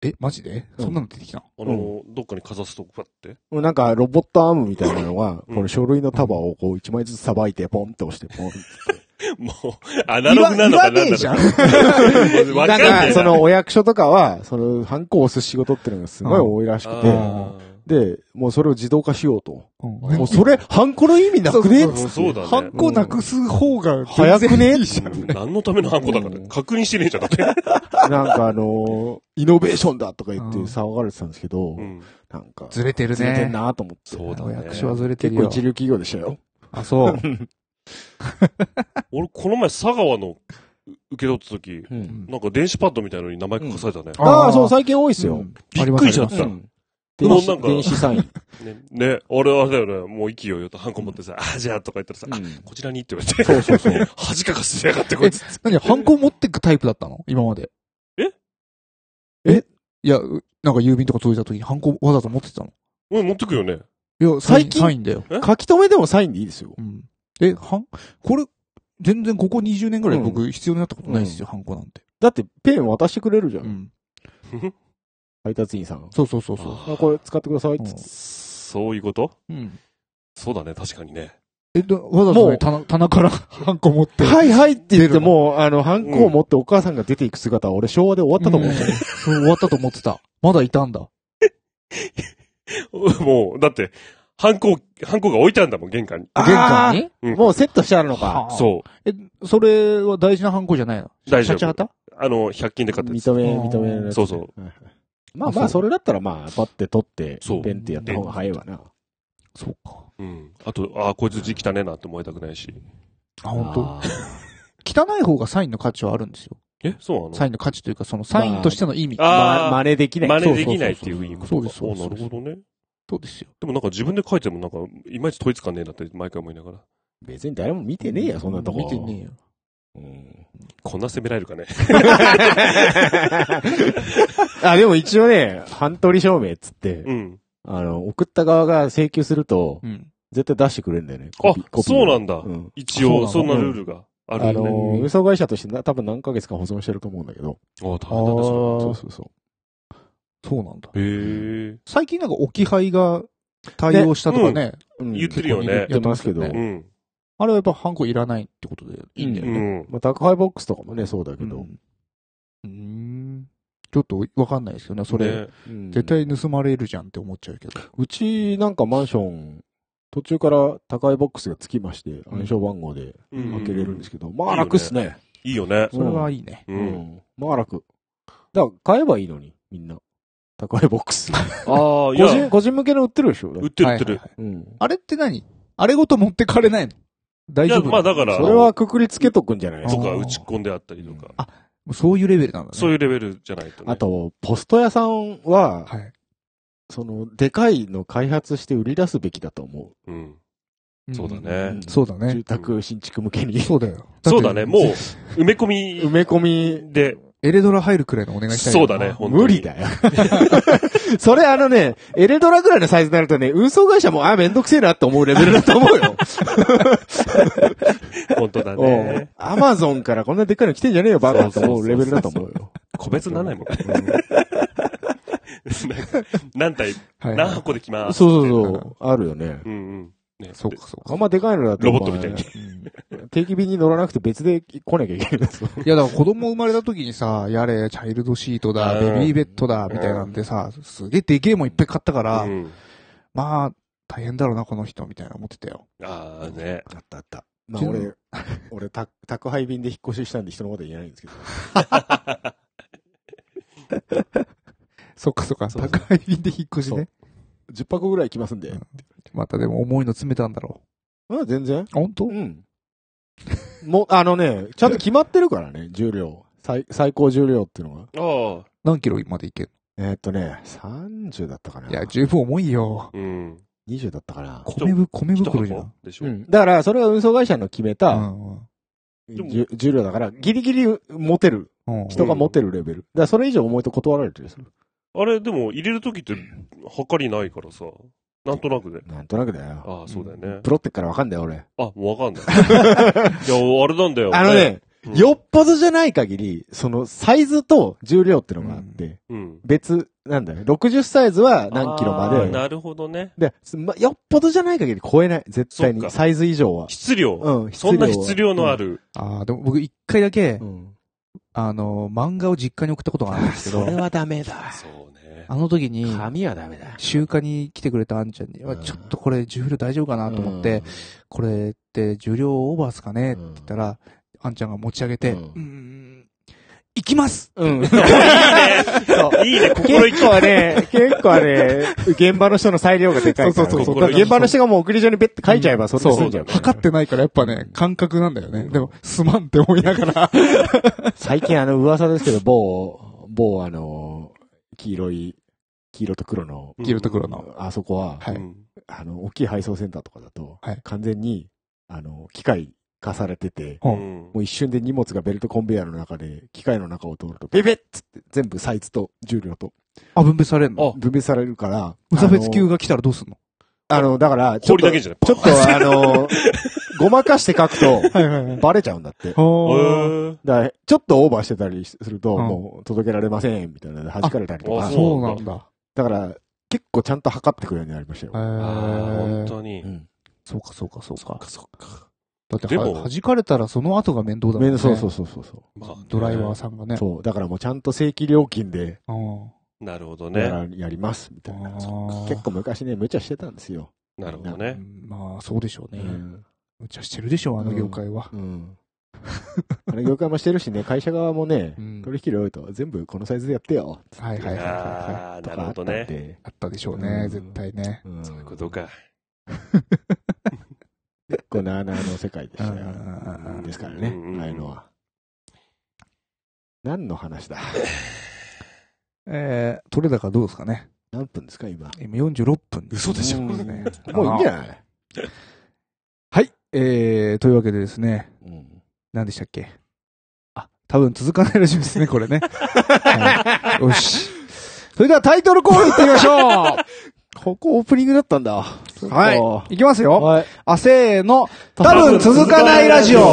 え、マジで、
うん
そんなの出てきたの
あの、どっかにかざすとこだって。
もうなんか、ロボットアームみたいなのが、
うん
この書類の束をこう、一枚ずつさばいて、ポンって押して、ポンって。
もう、アナログなのかな
言わ
ん
ねえ
だ
じ
ろ
ゃん。
う。 わかん
な
なんい。
か、そのお役所とかは、その、ハンコを押す仕事っていうのがすごい多いらしくて、
あ
で、もうそれを自動化しようと。
うん
もうそれ、ハンコの意味なくね
ーうんそうだね。
ハンコなくす方が
早くね
全然いいじゃん
何のためのハンコだから
うん
確認してねえじゃん、だって。
なんかあのーイノベーションだとか言って
うん
騒がれてたんですけど、
うん。
なんか、
ずれてる
ずれて
ね
ん。なと思って。
そうだ
お
ね。
役所はずれて
結
る
構
よ
一。流企業でしたよ。
あ、そう。
俺、この前、佐川の受け取った時、
ん
なんか電子パッドみたいのに名前書かされたね。
ん
ああ、そう、最近多いですよ。う
う
んん
びっくりしちゃった。
電
もう
子
なんか
電子サ イン。
ね、ね、俺はあれだよね、もう息をよとハンコ持ってさ、あ、じゃあとか言ったらさ、あ
うん
こちらにって言われて、
そうそうそう。
恥かかせやがってこいつ。
何ハンコ持ってくタイプだったの今まで。
え
えいや、うなんか郵便とか届いた時にハンコわざと持ってたの
おい、持ってくよね。
いや、サイ
最
ン
近
サインだよ。
書き留めでもサインでいいですよ。
うん。え、ハン、これ、全然ここ20年ぐらい僕必要になったことないですよ、ハンコなんて。
だって、ペン渡してくれるじゃ。
うんん。
配達員さん。
そうそうそうそ
あこれ使ってくださいっ
うん
つって。
そういうこと
う。うん。
そうだね、確かにね。
え、だわざと
も
ね
う
棚棚からハンコ持って。
はいはいって言っ
出る
て、
の
もう、あの、ハンコを持ってお母さんが出ていく姿は俺昭和で終わったと思う。
んそう終わったと思ってた。まだいたんだ。
もう、だって、ハンコ、ハンコが置いてあるんだもん、玄関に。
玄関に
うん
もうセットしてあるの
は
か。
あ
そう。
え、それは大事なハンコじゃないの
大丈夫
シャチハタ
あの、100均で買ったやつ。
認め、認めるやつね。
そうそう
はいはい。まあ
あそう
まあ、それだったらまあ、パッて取って
そう、
ペンってやった方が早いわな。
そうか。
うん。あと、あこいつ字汚ねえなって思いたくないし。
あ、本当。
あー
汚い方がサインの価値はあるんですよ。
え、そうな
サインの価値というか、そのサインとしての意味。
まあ
ま
あー
真似できない。
の真似できないっていう意味
そうそうそう
あなるほどね。
そうですよ。
でもなんか自分で書いてもなんか、いまいち統一感ねえなって毎回思いながら。
別に誰も見てねえや、そんなとこ。
見てねえよ。
うん
こんな責められるかね。
あ、でも一応ね、半取り証明っつって、
うん。
あの、送った側が請求すると、
うん。
絶対出してくれるんだよね。
あ
コピー、コピー
そうなんだ。
うん
一応、
あ
そ
そうんな
な
の
ルールがあ
あ
る
の
よね。
ー、運送会社としてな多分何ヶ月か保存してると思うんだけど。
あ、大
ああ
変なんだ、そ
そ
ー
う、そうそ
そうなんだ。
れ。へえ。
最近なんか置き配が対応したとかね。
う。うん
言ってるよね
結構
言ってますけど
やって
う
ね
ん。
あれはやっぱハンコいらないってことでいいんだよ
う
ね。
ん。
まあ、宅配ボックスとかもね、そうだけ
うん
ど。
うーん。ちょっとわかんないですよね。それ、
ね。
うん
絶対盗まれるじゃんって思っちゃうけど。
うちなんかマンション、途中から宅配ボックスがつきまして、暗証番号で
うん
開けれるんですけど、まあ楽っすね。
いいよね。
それはいいね。
う。
うんん。まあ楽。だから買えばいいのに、みんな。宅配ボックス。
ああ、い
個人、
や、
個人向けの売ってるでしょだっ
売っててる売ってる
はいはい。はい
うん。
あれって何あれごと持ってかれないの
い
大丈
や、
夫なの
まあだから、
それはくくりつけとくんじゃないです
と
か。
か、打ち込んであったりとか。
そういうレベルなんだね。
そう
い
いうレベルじゃないとね。
あと、ポスト屋さんは、
はい。
その、でかいの開発して売り出すべきだと思
うん。そうだ
う。
ね。
そうだ
うん
ね。
住宅新築向けに。
そうだよ。
そうだね。もう
う。、
埋め込み
埋め込み、
で、
エレドラ入るくらいのお願いしたいよ
そうだね、本当に
無理。だよ。 それあのね、エレドラぐらいのサイズになるとね、運送会社も、あ、めんどくせえなって思うレベルだと思うよ。
本当だ
う
ね
ん。アマゾンからこんなでっかいの来てんじゃねえよ、バカって思うレベルだと思うよ。
個別ならないもんね。なんか何体、
はい。
何箱できます。
そうそうそう。あるよね。
うんうん。ね
そうか、そう
あ
か。
んまでかいのだと。
ロボットみたいに。
定期便に乗らなくて別で来なきゃいけないんですよ。
いや、だから子供生まれた時にさ、やれ、チャイルドシートだ、
うん
ベビーベッドだ、みたいなんでさ、すげえでけえもんいっぱい買ったから、
うん
まあ、大変だろうな、この人、みたいな思ってたよ。
ああね。
あったあった。まあ
ちな
俺、俺、宅宅配便で引っ越ししたんで人のことは言えないんですけど。
そっかそっか、
そうそう
宅配便で引っ越しね。
10箱ぐらい来ますんで。
またでも重いの詰めたんだろ
まあ全然。
う。本当
うん。もう、あのね、ちゃんと決まってるからね、重量。最、最高重量っていうのが。
ああ。
何キロまでいける
えーっとね、30だったかな。
いや、十分重いよ。
うん。
20だったかな。
米ぶ、米
一
袋じゃ
箱
ん。
でしょ。
うん。だから、それが運送会社の決めた、
でも
じゅ重量だから、ギリギリ持てる。
うんうん。
人が持てるレベル。だから、それ以上重いと断られてるんですよ
あれ、でも入れるときって、はかりないからさ。なんとなくで。
なんとなくだよ。
ああ、そうだよね。
プロってっからわかんだよ、俺。
あ、もうわかんない。いや、あれなんだよ。
あのね、
うん
よっぽどじゃない限り、そのサイズと重量ってのがあって、
うん。
別なんだよね。60サイズは何キロま
あー
で。
なるほどね。
で、すまよっぽどじゃない限り超えない。絶対
そっ
に。
か
サイズ以上は。
質量。
うん、
そんな質量のあ
る。
る。
ああ、でも僕一回だけ、
うん。
あの、漫画を実家に送ったことがあるんですけ
それ
ど、
はダメだ。
そうね。
あの時に、
紙はダメだ。
集荷に来てくれたあんちゃんに、
うん
ちょっとこれ重量大丈夫かなと思って、これって重量オーバーっすかねって言ったら、あんちゃんが持ち上げて、う
うん
ん、ん、行きます
うん、うん。
いいね、心意気
結。構ね、結構ね、現場の人の裁量がでかいから。
そうそう
そう
だから現場の人がもう送り状にベッて書いちゃえば、それで済んじゃう。
測ってないからやっぱね、感覚なんだよね。でも、すまんって思いながら。
最近あの噂ですけど、某、某あの、黄色い、黄色と黒の、
黄色と黒の。
あそこは、
はい
うん
あの、大きい配送センターとかだと、
はい
完全に、あの、機械化されてて、
う
う
ん
もう一瞬で荷物がベルトコンベヤーの中で、機械の中を通ると、ベベッつって全部サイズと重量と
あ、分別されんの
分別されるから、
無差別級
が。
が来たらどうすんの
あの、だから、ちょっ
氷
と、
だ
ち
け
ょ
じゃない。
っとあの、ごまかして書くと、
はいはい はい。
バレちゃうんだって。
あ
だからちょっとオーバーしてたりすると、
うん
もう届けられません、みたいなので弾かれたりと
あ
か。
そうなんだ。
だから、結構ちゃんと測ってくるようになりましたよ
へ。
あー本
ー
当に
う。ん。
そうかそうかそうか。
そっか。
だって
で
は、
も
弾かれたらその後が面倒だもんね。
そうそうそうそうそう。
まあね
ドライバーさんがね。
そう。だからもうちゃんと正規料金で、
うん
なるほど
や
ね。
らやります、みたいな。
あー
そう結構昔ね、無茶してたんですよ。
なるほど
う
ね。
んまあ、そうでしょ
う
うね。
ん。
無茶してるでしょ、あの業界は。
うん。あれ業界もしてるしね、会社側もね
うん、
取引量多いと、全部このサイズでやってよ。
はいはいはいはいはい。
ああ、なるほどね。
ね。
あったでしょうね
う、ん
絶対ね。
うん。
そういうことか。
結構なあなあの世界でしたよ
うんうんうんうん。
ですからね
うんうんう、ん
ああいうのは。何の話だ
えー、取れ高どうですかね。
何分ですか、今。
今46分。
嘘でしょ
うん
もういい
ね
もういいんじゃない
はい。えー、というわけでですね、
うん。
何でしたっけあ、多分続かないらしいですね、これね。はいよし。それではタイトルコールいってみましょ
ここオープニングだったんだ。
うはい。いきますよ。
はい。
あ、せーの。多分
分
続
続
か
か
な
ないい
ラ
ラ
ジ
ジ
オ
オ。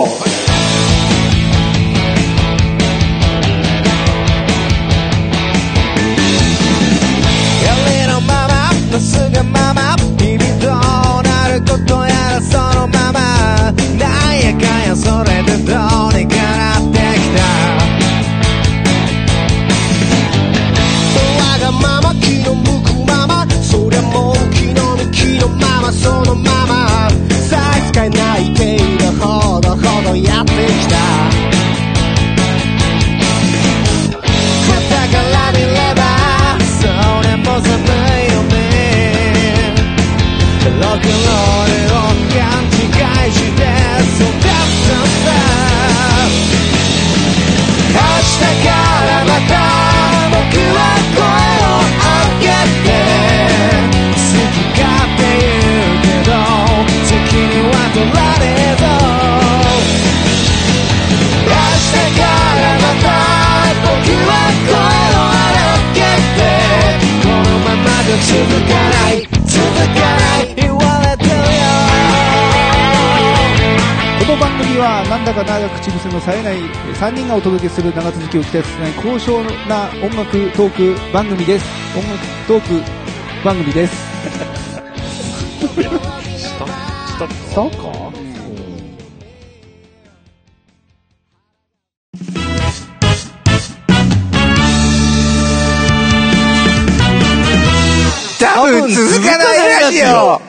りのままのすがまま日々どうなることやらそのままなんやかんやそれでどうにかなってきたわがまま気の向くままそりゃもう気の向きのままそのままさえ使えない程度ほどほどやってきた肩から見ればそれも寒いよねロックンロールを勘違いして育ったんだ明日からまた僕は声を上げて好き勝手言うけど責任は取られるぞ明日からまた僕は声を荒げてこのままじゃ続かない続かない言われてるよ
この番組はなんだか長く口癖の冴えない3人がお届けする長続きを期待させない高尚な音楽トーク番組です音楽トーク番組ですそうか
多分続かないラジオ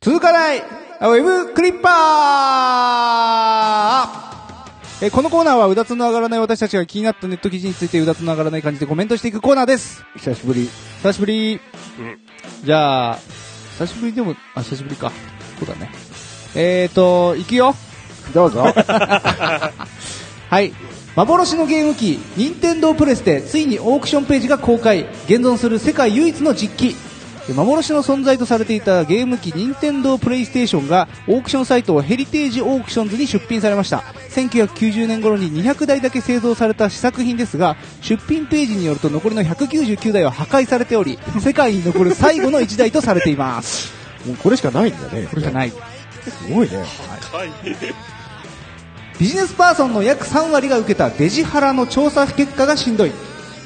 続かないウェブクリッパーえーこのコーナーはうだつの上がらない私たちが気になったネット記事についてうだつの上がらない感じでコメントしていくコーナーです
久しぶり。
久しぶり、
ん
じゃあ久しぶりでもあ久しぶりかそうだねえーと行くよ
どうぞ。
はい。幻のゲーム機、任天堂プレスでついにオークションページが公開。現存する世界唯一の実機。幻の存在とされていたゲーム機任天堂プレイステーションがオークションサイトヘリテージオークションズに出品されました1990年頃に200台だけ製造された試作品ですが出品ページによると残りの199台は破壊されており世界に残る最後の1台とされています
もうこれしかないんだね。
これじゃない
すごいね。
ビジネスパーソンの約3割が受けたデジハラの調査結果がしんどい、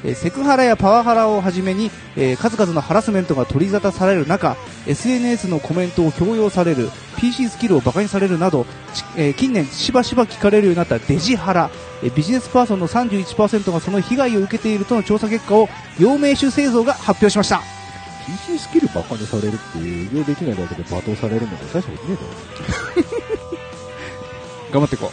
えーセクハラやパワハラをはじめに、えー数々のハラスメントが取り沙汰される中 SNS のコメントを強要される PC スキルをバカにされるなど、ちえー近年しばしば聞かれるようになったデジハラ、えービジネスパーソンの31%がその被害を受けているとの調査結果を陽明酒製造が発表しました
PC スキルバカにされるっていう、利用できないだけで罵倒されるのが大したことねえだろ。
頑張っていこう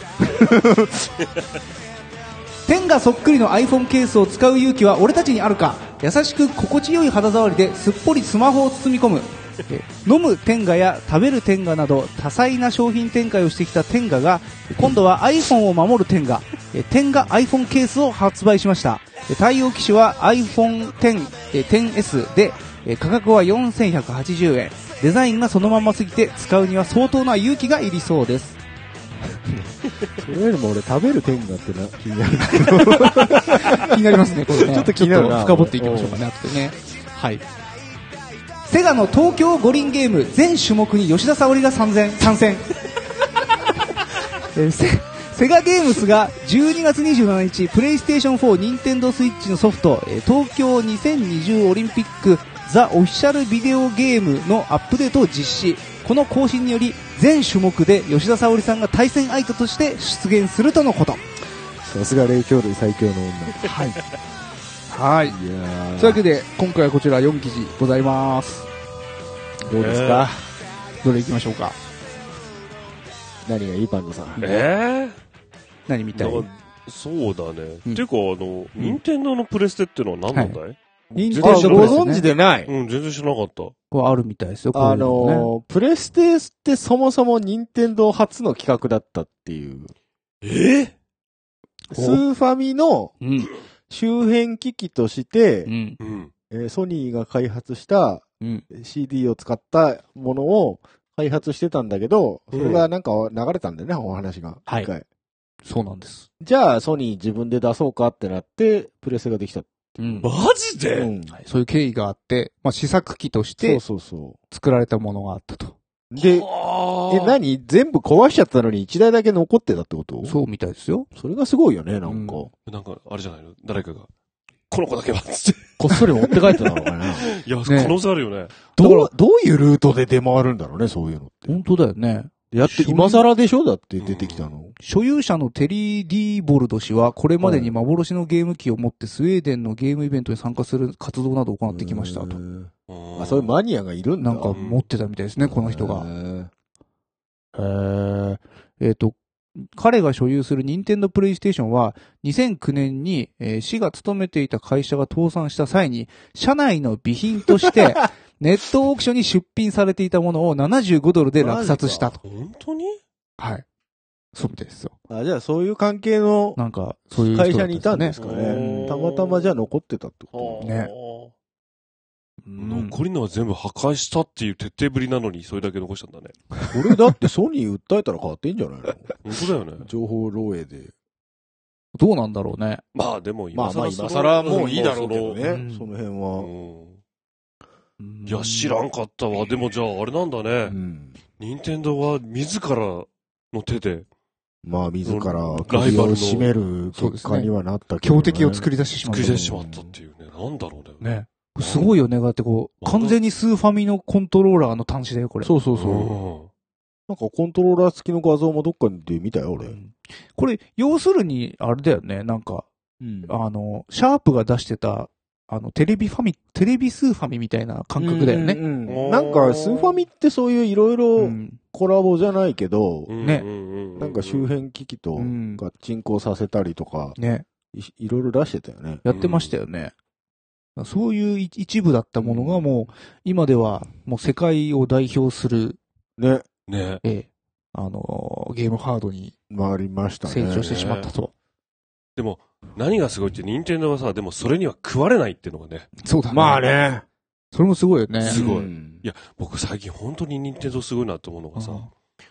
天がそっくりの iPhone ケースを使う勇気は俺たちにあるか優しく心地よい肌触りですっぽりスマホを包み込むえ飲む天下や食べる天下など多彩な商品展開をしてきた天下が今度は iPhone を守る天下え天下 iPhone ケースを発売しましたえ対応機種は iPhone10S でえ価格は4180円デザインがそのまますぎて使うには相当な勇気がいりそうです
それよりも俺食べる天下ってな、気になる。
気になりますね、これね。
ちょっと気になるな
ちょっと深掘っていきましょうかね、後でね。はい。セガの東京五輪ゲーム全種目に吉田沙保里が参戦。参戦えーセセガゲームスが12月27日、プレイステーション4、ニンテンドースイッチのソフト、えー東京2020オリンピックザ・オフィシャルビデオゲームのアップデートを実施。この更新により、全種目で吉田沙保里さんが対戦相手として出現するとのこと。
さすが霊強類最強の女。はい。い
はい。
やー
というわけで、今回はこちら4記事ございます。
どうですか、
どれ行きましょうか
何がいいバンドさん。
え
何み
ー
たい
だからそうだね。っていうか、あの、任天堂のプレステってのは何なんだい、
任
全
あ、
然知
ご
らない。
存知でない。
うん、全然知らなかった。
はあるみたいですよ、
あのー、プレステってそもそも任天堂初の企画だったっていう。
え
スーファミの
うん。
周辺機器として、
うん。
うん。
えーソニーが開発した
うん。
CD を使ったものを開発してたんだけど、それがなんか流れたんだよね、お話が。
はい
一回
そうなんです。
じゃあ、ソニー自分で出そうかってなって、プレステができた。
うん
マジで、
うん。
はいそういう経緯があって、まあ、試作機とし
そう
て
そうそ
作られたものがあったと。
う。で、え、何全部壊しちゃったのに一台だけ残ってたってこと
そうみたいですよ。
それがすごいよね、なんか。
うん
なんか、あれじゃないの誰かが。この子だけはつって。
こっそり持って帰ってたのか
い
な
や、
ね
可能性あるよね。
どう、どういうルートで出回るんだろうね、そういうのって。
本当だよね。
やって、今更でしょだって出てきたの。
所有者のテリー・ディーボルド氏は、これまでに幻のゲーム機を持ってスウェーデンのゲームイベントに参加する活動などを行ってきましたと
へ。ー
あ
あ、そういうマニアがいるんだ。
なんか持ってたみたいですね、この人が
へ。ー。
えーえっ、と、彼が所有する任天堂プレイステーションは、2009年に、えー市が勤めていた会社が倒産した際に、社内の備品 として、ネットオークションに出品されていたものを75ドルで落札したと。
本当に
はい。そうみたいですよ。
あ、じゃあそういう関係の
なんか、そういう人だ
会社にいたんです
か
か
う
ね
ん。
たまたまじゃあ残ってたってこと
ね
残りのは全部破壊したっていう徹底ぶりなのに、それだけ残したんだね。
これだってソニー訴えたら変わってんじゃない の
本当だよね。
情報漏洩で。
どうなんだろうね。
まあでも今
まあ
更、
まあ今更もういいだろうけど
うん
ね。その辺
その
は。
うん。いや、知らんかったわ。でもじゃあ、あれなんだ
う
ね。
ん。
任天堂は自らの手で。
まあ自ら
ライ
首
バル
を
の
締める結果にはなったけどね
強敵を作り出してしま
作
っ
り
た。
出してしまったっていうね。なんだろうね。
ね。すごいよね。だってこう、完全にスーファミのコントローラーの端子だよ、これ。
そうそう
う
そう。
ん。
なんかコントローラー付きの画像もどっかで見たよ、俺
う。んこれ、要するに、あれだよね、なんか、あの、シャープが出してた、あの、テレビファミ、テレビスーファミみたいな感覚だよね。
うんうんう
おー
んなんか、スーファミってそういういろいうろ
ん。
コラボじゃないけど、
ね
ね
なんか周辺機器と
うん
合鎮行させたりとか、
ね。
いいろいろ出してたよね。
やってましたよね。そういうい一部だったものがもう、今ではもう世界を代表する、
ね。
ね。
ええあのーゲームハードに
回りましたね。
成長してしまったと。
でも、何がすごいって、任天堂はさ、でもそれには食われないっていうのがね。
そうだ
まあ。ね。
それもすごいよね。
すごい
うん
いや、僕最近本当に任天堂すごいなって思うのがさ、
うん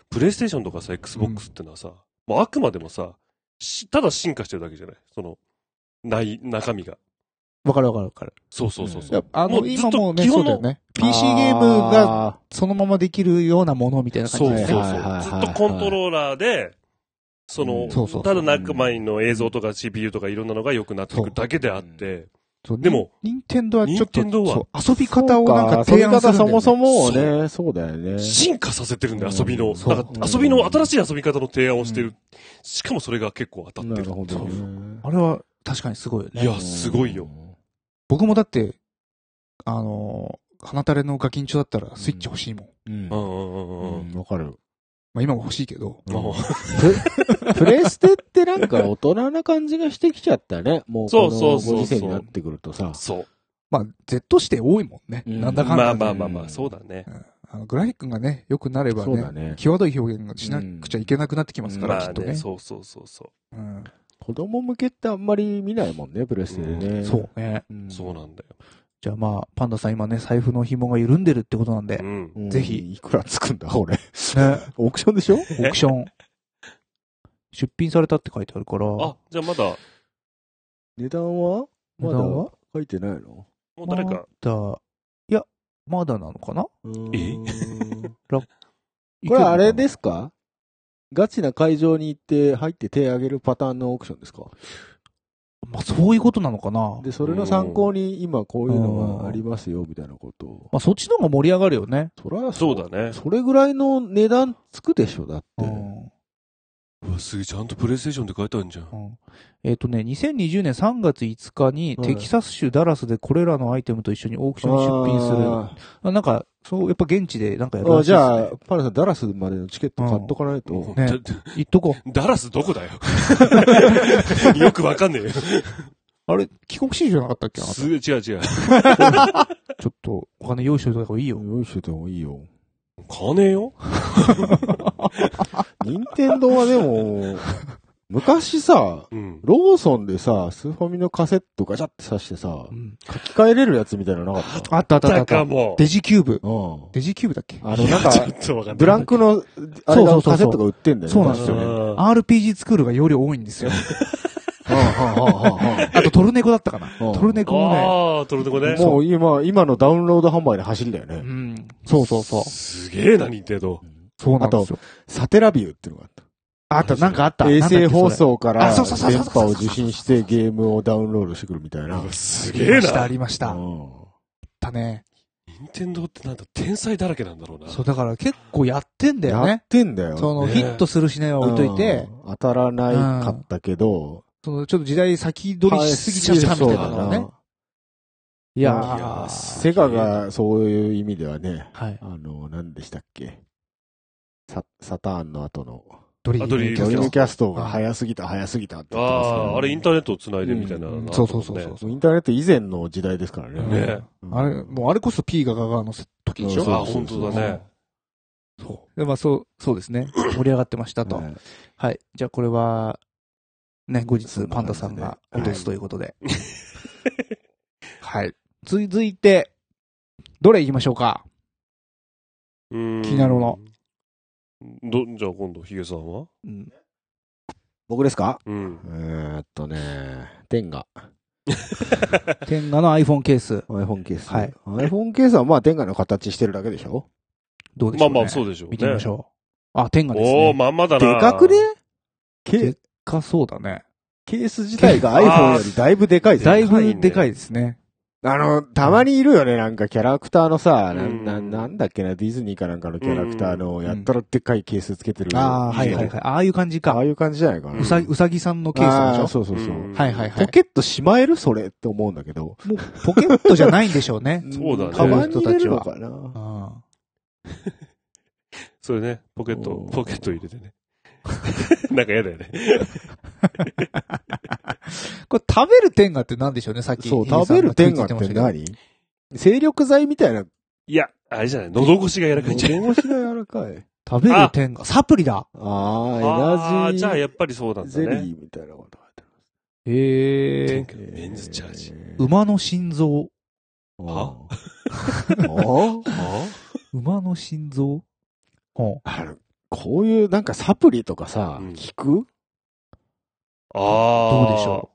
プレイステーションとかさ、Xbox ってのはさ、もうあくまでもさ、しただ進化してるだけじゃないその、ない、中身が。
わかるわかるわかる。
そうそうそうそう。
やあ
も
の、
うずっと
今もうね、
基
そ
本
うだよ
の
ね。PC ゲームが、そのままできるようなものみたいな感
そうそ
じ
う
で
そう。
ね。
ず
はいはいはいはい
っとコントローラーで、その、
うん
そうそう
ただ中前の映像とか CPU とかいろんなのが良くなっていくだけであって、
そう
でも、
任天堂はちょっと、
任天堂は
そう遊び方をなんか
そう
提
か
案するんだ
そ
よ、
ういう方
ね。
そもそもね、そうだよね。
進化させてるんだよ、
うん
遊びの。
そう
だから遊びの
うん
新しい遊び方の提案をしてる。しかもそれが結構当たっ
な
て
る
る。
ほどね。
あれは確かにすごいよね。
いや、すごいよ。
僕もだって、あのー、花垂れのガキンチョだったらスイッチ欲しいもん。
う
う
ん。うん
うんうんうん。
んわかる。
まあ今も欲しいけど。
もう
プレステってなんか大人な感じがしてきちゃったね。もう、
そ
こ
うそう
の
そうそう
ご時世になってくるとさ。
そう。
まあ Z して多いもんね。
うん
なんだかんだ
まあ
で。
まあまあまあ、そうだね。
あのグラフィックがね、良くなれば
そうだ
ね、
ね。
際どい表現がしなくちゃいけなくなってきますか
ま
ら、き
あ
っと
ね、
ね。
そうそうそうそう。
うん
子供向けってあんまり見ないもんね、プレステでね。
そうね。
うん。
そうなんだよ。
じゃあまあ、パンダさん今ね、財布の紐が緩んでるってことなんで、
う
ね、
ん。
うん
ぜひ
いくらつくんだ、俺。
オー
オークションでしょ
クション、出品されたって書いてあるから、
あ、じゃあまだ、
値段は
値
ま
段
だ
は
書いてないの
もう誰か、
だ、いや、まだなのかな
うーん
え
これあれ
い
ですかガチな会場に行って入って手あげるパターンのオークションですか
けるのかなまあ、そういうことなのかな
で、それの参考に今こういうのがありますよ、みたいなことを。
まあ、そっちの方が盛り上がるよね。
そら
そうだね。
それぐらいの値段つくでしょ、だって。
うん
うわ、すげえ、ちゃんとプレイステーションって書いてあるじゃん。
うんえっ、とね、2020年3月5日に、
はい
テキサス州ダラスでこれらのアイテムと一緒にオークションに出品する。
あ
あなんか、そう、やっぱ現地でなんかやる
ー
ら
あ
しい
じ
ですね
ゃあ、パルさん、ダラスまでのチケット買っとかないと。
もう
ね
だ
行っとこう。
ダラスど こだよ。よくわかんねえよ。
あれ、帰国子女じゃなか ったっけな
すげえ、違う違う。
ちょっと、お金用意しといた方がいいよ。
用意しててもいいよ。
買わねえよ。
任天堂はで も、昔さ、
うん。
ローソンでさ、スーファミのカセットガチャって刺してさ
う、ん
書き換えれるやつみたいなのなかった
あったあったあ
だ
ったあ
か
った。
も。
デジキューブ。
うん。
デジキューブだっけ
あの、なんか、
ちょっとわかんない。
ブランクの、あれ
そうそうそう
が
そう
カセットが売ってんだよね。
そうなんです
う
よ
確かに
ん
RPG スクールがより多いんですよ。
あ
あとトルネコだったかな。
うん
トルネコもね。
ああ、トルネコ ね。
もう今、今のダウンロード販売の走りだよ
う
ね。
ん。そうそうそう。
すげえな、任天堂。
そうなんですよ。
サテラビューっていうのがあっ
あった、なんかあった。
た。衛星放
なんだっ
送か
あ
ら
そうそうそうそ
電
うそう
波を受信してゲームをダウンロードしてくるみたいな。
す
け、そ
げ
れあ
え
りました、あ
な。
りまし
う
た。あっ
ん
たね。
任天堂ってなんだ、天才だらけなんだろうな。
そう、だから結構やってんだよ
や
ね
っ。てんだよ。
その、
ね
ヒットするしないは置いといて、
うん、当たらないかったけど、
その、ちょっと時代先取りしすぎちゃったみたいなのがね。。いや
い
やー
ー。
セガがそういう意味ではね、
はい。
あの、何でしたっけ。サ、サターンの後の、
ドリ
あドリ
ーム
ー
キ
ド
ャ
リ
ス
ー
ト
ムキャストが早すぎた、早すぎたって
あ
言ってますからね
あ、あれインターネットを繋いでみたいなの
うん
な。
そうそうそうそう
そうインターネット以前の時代ですからね。
ね
うん
あれ、もうあれこそ P がガガの時でしょ
あ、本当だね。
そう。でまあ、そう、そうですね。盛り上がってましたと。
はい
はい。じゃあ、これは、ね、後日、パンダさんが
そんな感じで
落とすということで。 はい。続いて、どれ行きましょうか
気に
になるも
の。ど、じゃあ今度、ヒゲさんは
うん。
僕ですか
うん。
えーっとね、天下。
天下の iPhone ケース、
iPhone ケース。
はい。
iPhone ケースはまあ天下の形してるだけでしょ
どうでし
ま
ょ
あ
う、ね、
まあ、そうでしょうね。
見てみましょう。あ、天下です
おー、
ね。
まんまだ
で
な。
かくね
で
ケ
かそうだね。
ケース自体が iPhone よりだいぶでかいぜ
だい
でかい
ぶ
ね
でかいですね。
あの、たまにいるよね、なんかキャラクターのさ、な
うん
ななんだっけな、ディズニーかなんかのキャラクターの、やったらでっかいケースつけてる。
ああ、はいはいはい。ああいう感じ
ああ
か。
いう感じじゃないかな。
うさぎ、うさぎさんのケ
あ
ー
ー
スでしょ
そうそうそう。
うん
はいはいは
ポ
い。
ケットしまえるそれって思うんだけど。。
もうポケットじゃないんでしょうね
そうだね
カバンに入れるのかな
あ
それね、ポケット
お、ー
ポケット入れてね。 なんか嫌だよね。
あこれ食べる天下って何でしょうね、さっき。
そう、
ヒゲ
食
さん
べ
が
る天下
食いつい
って
ましたけど
何精力剤みたいな。
いや、あれじゃない、喉越しが柔らかいんじゃない
面白い柔らかい。
食べる天下。サプリだ。
ああ、
あ
エ
ー
ナジ
じゃあ
ー
やっぱりそうなんだ
ゼリ
ね。
ーみたいなこと書いてあ
へ
天
え。
下のメンズチャージ。
る。
馬の心臓。
は
馬の心臓
ほう
あのこういうなんかサプリとかさ、
うん
聞く
ああ。
どうでしょ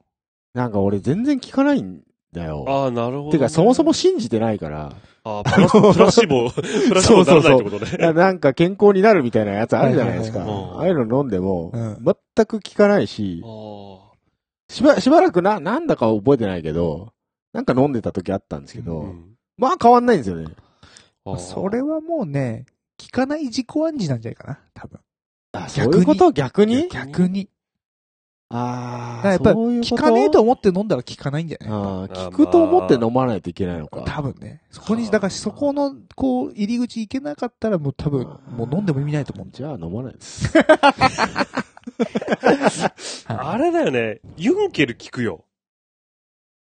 なんか俺全然聞かないんだよ。
ああ、なるほど、ね。
てかそもそも信じてないから、
あープラス、プラシーボ、プラシーボにならないってことね。
いやなんか健康になるみたいなやつあるじゃないですか。
はいはいはいはい
ああいうの飲んでも、
うん
全く効かないし、しばしばらくな、なんだか覚えてないけど、なんか飲んでた時あったんですけど、まあ変わんないんですよね。
あー
それはもうね、聞かない自己暗示なんじゃないかな、多分。
あ、
逆
そ
に
ういうこと逆に
逆に。
ああ、
だからやっぱり
そういうこ
聞かねえと思って飲んだら聞かないんじゃない
あー聞くと思って飲まないといけないのか。
多分ね。そこに、だからそこの、こう、入り口行けなかったらもう多分、もう飲んでも意味ないと思うん
じゃあ飲まないです。
あれだよね、ユンケル聞くよ。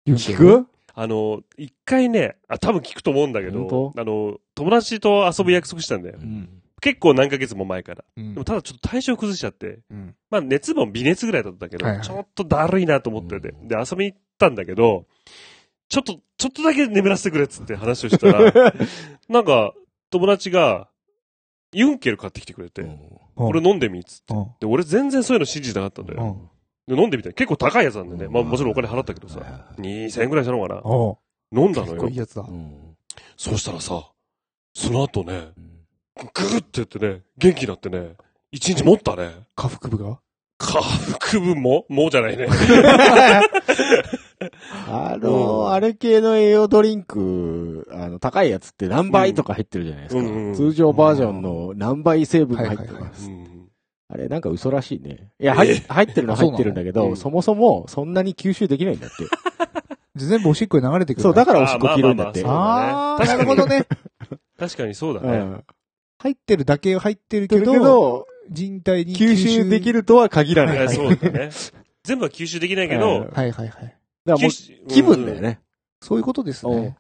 聞く
あの、一回ね、あ、多分聞くと思うんだけど
本、
あの、友達と遊ぶ約束したんだよ。
うん
結構何ヶ月も前から。
うん
でもただちょっと体調崩しちゃって、
うん
まあ熱も微熱ぐらいだったけど、
はいはい
ちょっとだるいなと思ってて、
うん
で、遊びに行ったんだけど、ちょっと、ちょっとだけ眠らせてくれっつって話をした ら、なんか、友達が、ユンケル買ってきてくれて、これ飲んでみっつって。
うん
で、俺全然そういうの信じてなかったんだよ。で、飲んでみたら結構高いやつなんでね、まあもちろんお金払ったけどさ、2000円ぐらいしたのかな。
お
飲んだの
結構いい
よ。
やつだ。
うん
そうしたらさ、その後ね、
うん
ぐぐってやってね、元気になってね、一日持ったね。
下腹部が
下腹部ももうじゃ ないね。
あのー、あれ系の栄養ドリンク、あの、高いやつって何倍とか入ってるじゃないですか。
うんうんうん
通常バージョンの何倍成分が入ってます。
はいはいは
うん
あれ、なんか嘘らしいね。いや、入っ入ってるのは入ってるんだけ
そう
ど、
なのうん
そもそもそんなに吸収できないんだって。
全部おしっこに流れてくる。
そう、だからおし
あ
っこ
まあ
黄
ま
色い
あ
ん
ま
だ
あ
って。
あ
そう
ー、
だね
なるほどね。
確かにそうだ
う
ね。
ん。
入ってるだけ入ってるけ
け
ど、
ど、
人体に
吸収でき
る。
るとは限ら
い
ない。
やそうだね。全部は吸収できないけ
うん
ど、
はいはいは
だ
い。
からもう
吸収
気分だよ。ね。
そういうことです
うん
ね。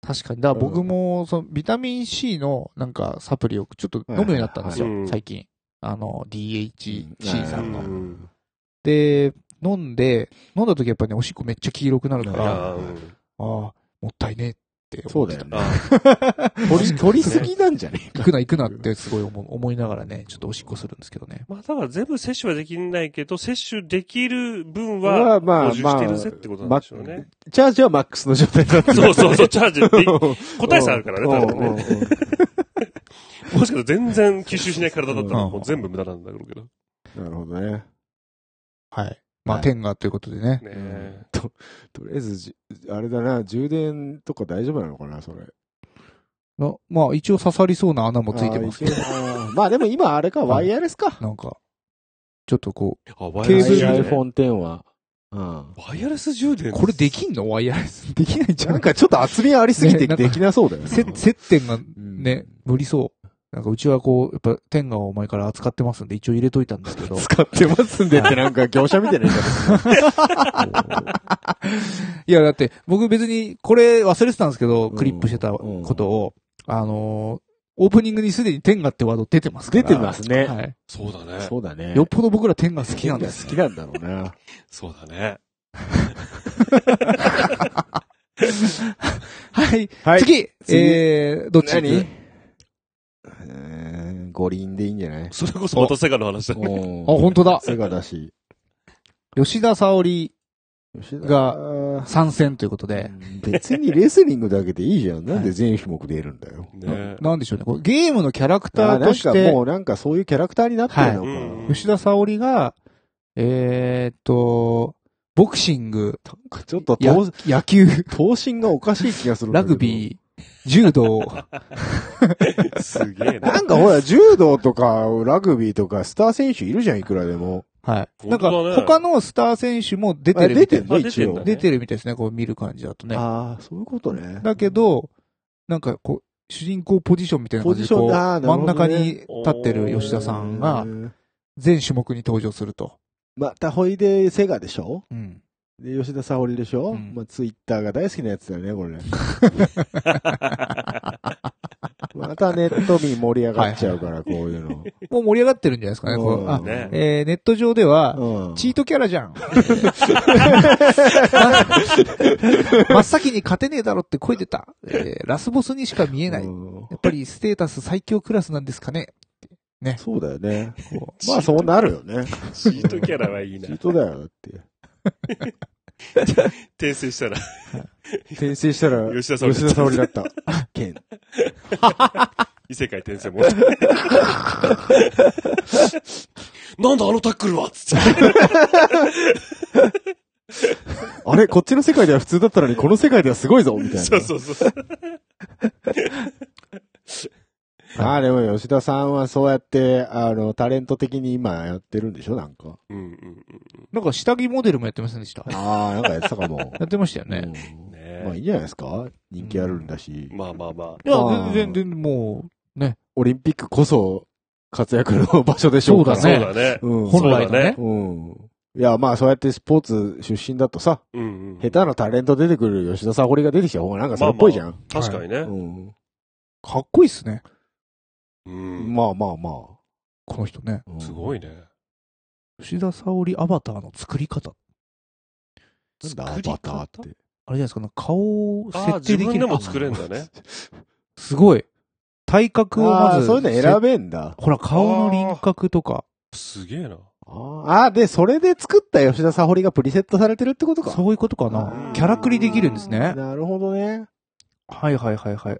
確かに。だから僕も、その、ビタミン C の、なんか、サプリをちょっと飲むようになったんですよ
はいはいは。い
最近。あの、DHC さ
うん
の。
ん
で、飲んで、飲んだ時やっぱね、おしっこめっちゃ黄色くなるか
あ
ら、あ
ーうん
あ、もったいねって
そう
思って
だよ
た。
ね。
あ
取り、取りすぎなんじゃねえ
行くな行くなってすごい思う思いながらね、ちょっとおしっこするんですけどね。
まあだから全部摂取はできないけど、摂取できる分
ま
は、
あまあ
補充してるぜってことなんでしょうね。
チャージはマックスの状態だった。
そう そうそう、チャージで、
う
個体差あるからね、多分ね
ん。うんうん
もしかしたら全然吸収しない体だったら、
うん
もう全部無駄なんだろうけど。
なるほどね。
はい。まあ、
はい
天がということでね。
ねえ
と、とりあえずじ、あれだな、充電とか大丈夫なのかな、それ。
なまあ、一応刺さりそうな穴もついてますけど
あー。いけるあーまあでも今あれか、ワイヤレスか。
なんか、ちょっとこう、
あ、ワ
ケーブル
充電
iPhone X は。うん。
ワイヤレス充電
これできんのワイヤレ ス。できないんじゃ
なんん。かちょっと厚みありすぎ
ね
て
なんか
できなそうだよね。
せ接点が
うん
ね、無理そう。なんかうちはこう、やっぱ天がを前から扱ってますんで、一応入れといたんですけど。
使ってますんでってなんか業者みたいな言い方。
いや、だって、僕別に、これ忘れてたんですけど、
うん
クリップしてたことを、あのーオープニングにすでに天ガってワード出てますから
出てますね
はい。
そうだね。
そうだね。
よっぽど僕ら天ガ好きなんです。
好きなんだろうな。
そうだね。
はい。
は
次
次
えー、どっち
何
に
うーん、五輪でいいんじゃない
それこそまたセガの話だね。
お
あ、本当だ。
セガだし。
吉田沙織
吉田
が参戦ということで、
別にレスリングだけでいいじゃん。なんで全種目出るんだよ。
ね
なんでしょうね。こうゲームのキャラクタ
あ
ー
な
と
ん
し
か
て
も、うなんかそういうキャラクターになってるの
は
か。
いうん
吉田沙織が、えーっと、ボクシング、
なんかちょっと
や
頭
野球、
頭身がおかしい気がするんだ
ラ
けど。
グビー、柔道、
すげえな。
なんかほら、柔道とか、ラグビーとか、スター選手いるじゃん、いくらでも。
はい。なん
本
か、
当だね
他のスター選手も出て
あ
るみ
出
た
て
い
ん
な。
の一応
出。
出てるみたいですね、こう見る感じだとね。
ああ、そういうことね。
だけど、なんかこう、主人公ポジションみたいな感じでこ
ポ
う、
ジションあーなる
真ん
ほどね
中に立ってる吉田さんが
う、ん、
全種目に登場すると。
また、ほいで、セガでしょ
うん。
で、吉田沙織でしょ、
うん
まあ、ツイッターが大好きなやつだよね、これ。またネット民盛り上がっちゃうから、こういうの。
もう盛り上がってるんじゃないですかね。こ
う
うんあ
ね
えーネット上では、
うん
チートキャラじ ゃん。真っ先に勝てねえだろって声出た。えーラスボスにしか見えない。や
うん
っぱりステータス最強クラスなんですかね。
そうだよね。こうまあそうなるよね。
チートキャラはいいな
本。当だよ、だって。
訂正したら。
転生したら、
吉田沙保里
吉田沙保里だった。 ケン。
異世界転生 も。なんだあのタックルはつって。
あれこっちの世界では普通だったのに、この世界ではすごいぞみたいな。
そうそうそう。
ああ、でも吉田さんはそうやって、あの、タレント的に今やってるんでしょなんか。
うんうん
なんか下着モデルもやってませんでした。
ああ、なんかやってたかも。
やってましたよね。
うん。
ね
ね
まあいいんじゃないですか人気あるんだし。
まあまあま
いや、
まあ
全然全然も
オリンピックこそ活躍の場所でしょうから
あ。
ね
そうだね。
う
う、
ん。
本来のね。
うん。いや、まあそうやってスポーツ出身だとさ、
うんうん。
下手なタレント出てくる吉田沙保里が出てきた方がなんかそれっぽいじゃん。
確かにね。
うん。
かっこいいっすね。
うん。
まあまあまあ。
この人ね。
うん
すごいね。
吉田沙保里アバターの作り方。
なんだ、アバターって。
あれじゃないですか、なんか顔を
ああ、自
設定で
分
きる。
でも作れんだね。
すごい。体格をま
ああー、
ず。
そういうの選べんだ。
ほら、顔の輪郭とか。
すげえな。
ああ、で、それで作った吉田沙保里がプリセットされてるってことか。
そういうことか
う。
なんキャラクリできるんですね。
なるほどね。
はいはいはいはい。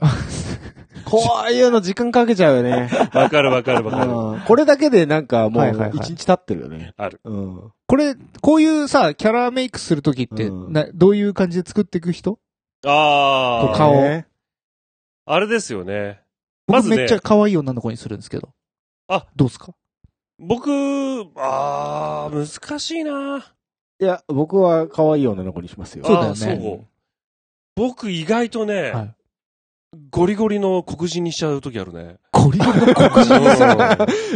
こういうの時間かけちゃうよね。
わかるわかるわかる。
うんこれだけでなんかもう
はいはいはい
一日経ってるよね。
ある。
うん。
これ、こういうさ、キャラメイクするときって、
うん
な、どういう感じで作っていく人
あ
こ
あ。
う顔
ね
あれですよね。ま
僕
ずね
めっちゃ可愛い女の子にするんですけど。
あ、
どうですか
僕、ああ、難しいな。
いや、僕は可愛い女の子にしますよ。
そうだよね
あーそう僕意外とね、
はい
ゴリゴリの黒人にしちゃう時あるね。
ゴリゴリの黒人にす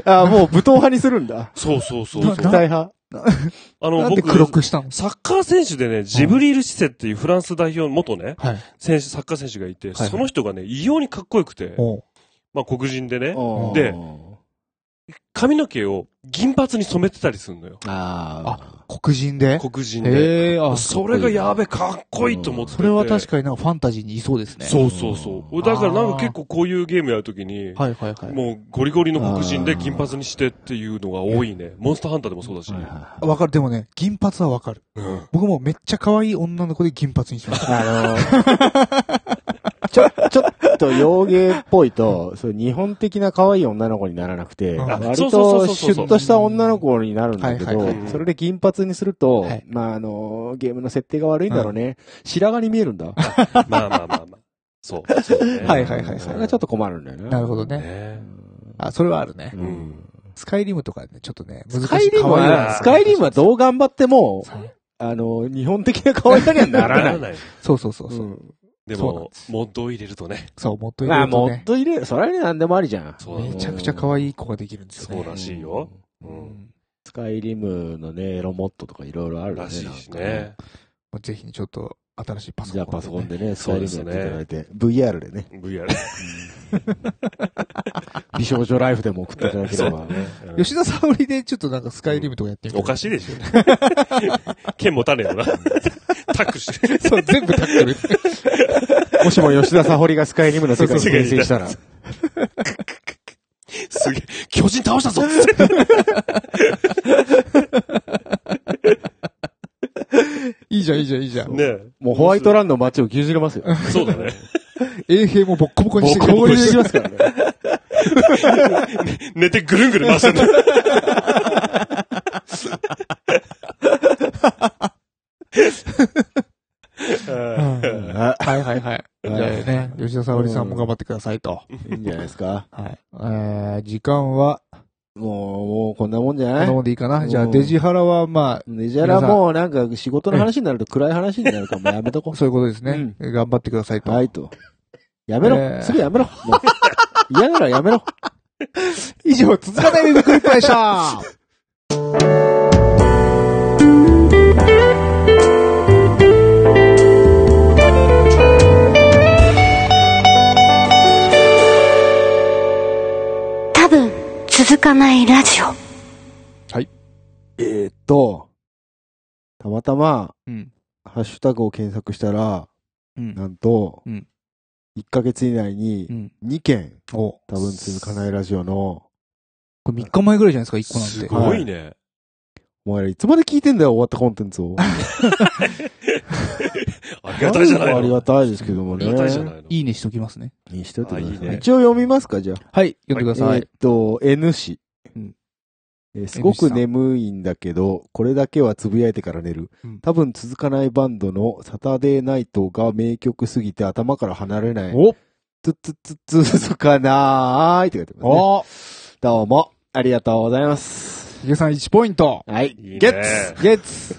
る
あ、もう武闘派にするんだ。
そうそうそう
な
そ
肉
う
な。
体派。
あの、
なんで
僕、
黒くしたの
サッカー選手でね、ジブリール・シセっていうフランス代表の元ね、
はい。
選手、サッカー選手がいて、
いはい
その人がね、異様にかっこよくて、
おう
まあ黒人でね、
うん
で、髪の毛を銀髪に染めてたりするのよ。
あ
黒人で
黒人で。
へえ、あ、そ
それがやべ、かっこいいと思ってて。
れは確かになんかファンタジーにいそうですね。
そうそうそう。だからなんか結構こういうゲームやるときに、
はいはいはい。
もうゴリゴリの黒人で金髪にしてっていうのが多いね。モンスターハンターでもそうだし。
あ。はいはい
わかる。でもね、銀髪はわかる。
うん
僕もめっちゃ可愛い女の子で銀髪にしました。
あの、ちょ、ちょっと洋芸っぽいと、そう日本的な可愛い女の子にならなくて、
あ
割
そうそうそう
と
そう
シュッとした女の子になるんだけ
はいはい
は
ど、
い
それで銀髪にすると
はい、
まあ、あの、ゲームの設定が悪いんだろうね。白髪に見えるんだ。
まあまあまあまあ。そう。そうね
はいはいはい
それがちょっと困るんだよね。
なるほどね。
ね
あ、それはあるね
う。ん。
スカイリムとかね、ちょっとね、難しい。
スカイリム
可愛い
よ
は、
ね
スカイリムはどう頑張っても、
そう
あの、日本的な可愛さにはならない。
い。
そうそうそ
う
うそう。
ん
で
そうなん
も、モッドを入れるとね。
そう、もっとい
ま
ろ
あ、
いろ
も
ね
っ。と入れる。それはね、何でもありじゃん。
そう
めちゃくちゃ可愛い子ができるんですよね。
そうらしいよ。う。
うんん
スカイリムのね、エロモットとかいろいろあるよね。
らしいし
なんか
ね。。
もうぜひちょっと新しいパソコン
じゃあパソコン
でね。
でね、スカイリムやっていただいて、VR でね、
VR。
美少女ライフでも送っていただけれ
う
ば。
ん
吉田沙保里でちょっとなんかスカイリムとかやってみて。
おかしいでしょ。剣持たねえよな。タックしてる。
そう、全部タックル。
もしも吉田沙保里がスカイリムの世界に転生したら、
すげえ。巨人倒したぞつって
いいじゃん、いいじゃん、いいじゃん。
ね
もうホワイトランの街を牛耳れますよ。
そうだね。
衛兵もボッコボコにしてくれる
ボコボコにできますからね。
寝てぐるんぐるん回してる。
うん
あ
はいはいはい。じ
は
ゃ
い
あね、吉田沙保里さんも頑張ってくださいと。
いいんじゃないですか。
はい。えー、時間は、
もう、もうこんなもんじゃ
こん
な
ないもんでいいかな。じゃ
う
あ、
ん
デジハラは、ま
ねじゃらもうなんか仕事の話になると暗い話になるからもうやめとこ
あ、そういうことですね。頑張ってくださいと。
う。はいと。やめろ、
えー
すぐやめろもう嫌ならやめろ
以上、続かないウェブクリップでした。
ないラジオ。
えーっと、たまたま、
うん
ハッシュタグを検索したら、
うん
なんと、
うん
1ヶ月以内に
ん。
2件、
お。
多分続かないラジオの、
これ3日前ぐらいじゃないですか、1個なんて。
すごいね。
お前らいつまで聞いてんだよ、終わったコンテンツを。
ありがたいじゃないの。
ありがたいですけども
あ
ね。
りがたいじゃないの。
いいねしときますね。
にしといてください
あいいね
一応読みますか、じゃあ。
はい、読んでくださ
え
い
ーっ。と、N 氏。
うん
えーすご
N 氏
く
さん
眠いんだけど、これだけはつぶやいてから寝る。
うん
多分続かないバンドのサタデーナイトが名曲すぎて頭から離れない。
お
つつつ続かなーいって書いてますね。
お
どうも、ありがとうございます。
ヒゲさん1ポイント。
はい、
いいね
ゲッツ
ゲッツ。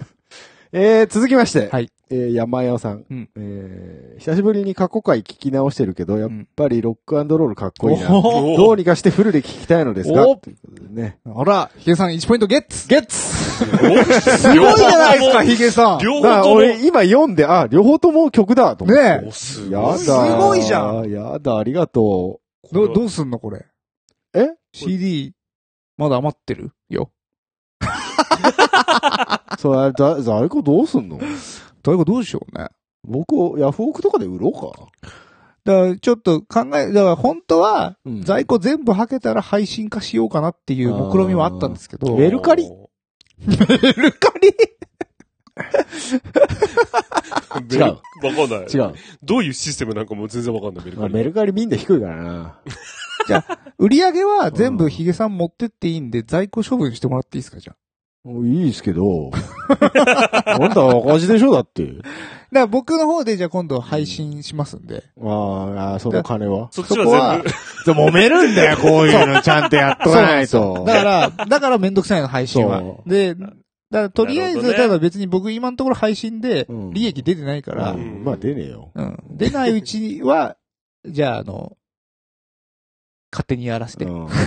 えー、続きまして。
はい
えー、山屋さん。
うん
えー、久しぶりに過去回聞き直してるけど、やっ
うん
ぱりロックロールかっこいいな。
お
どうにかしてフルで聞きたいのですが、
お
ということでね。
あら、ヒゲさん1ポイントゲッツ。ゲッツ
す
すごいじゃないですか、ヒゲさん。
両方
だから
とも。
俺今読んで、あ、両方とも曲だと思って。
ねえ
おす
やだ。
ごい。
すごいじゃ
ん。やだ、ありがと
ど、どうすんのこれ。
え
CD、まだ余ってるよ。
う。そう、あれ、だ、在庫どうすんの
誰かどうしようね。
僕をヤフオクとかで売ろうか。
だから、ちょっと考え、だから本当は、
うん
在庫全部はけたら配信化しようかなっていう目論みはあったんですけど。
メルカリ
ルカリ
メルわかんない。
違う。
どういうシステムなんかもう全然わかんない。メル
ま
カ
あ
リ。
メルカリみんな低いからな。
売り上げは全部ヒゲさん持ってっていいんで、在庫処分してもらっていいですか、じゃあ。
もういいですけど。 あんた赤字でしょだって。
だから僕の方で、じゃあ今度配信しますんで。
あーあー、その金は。
そっちは全部。
で揉めるんだよ、こういう のちゃんとやっとかないと。
だから、だからめんどくさいの、配信は
そ。
で、だからとりあ
なる
え
ほ
ず、
どね
例えば別に僕今のところ配信で
うん
利益出てないから、
う
うん
んまあ出ねえよ。
出ないうちには、 じゃああの、勝手にやらせて。
うん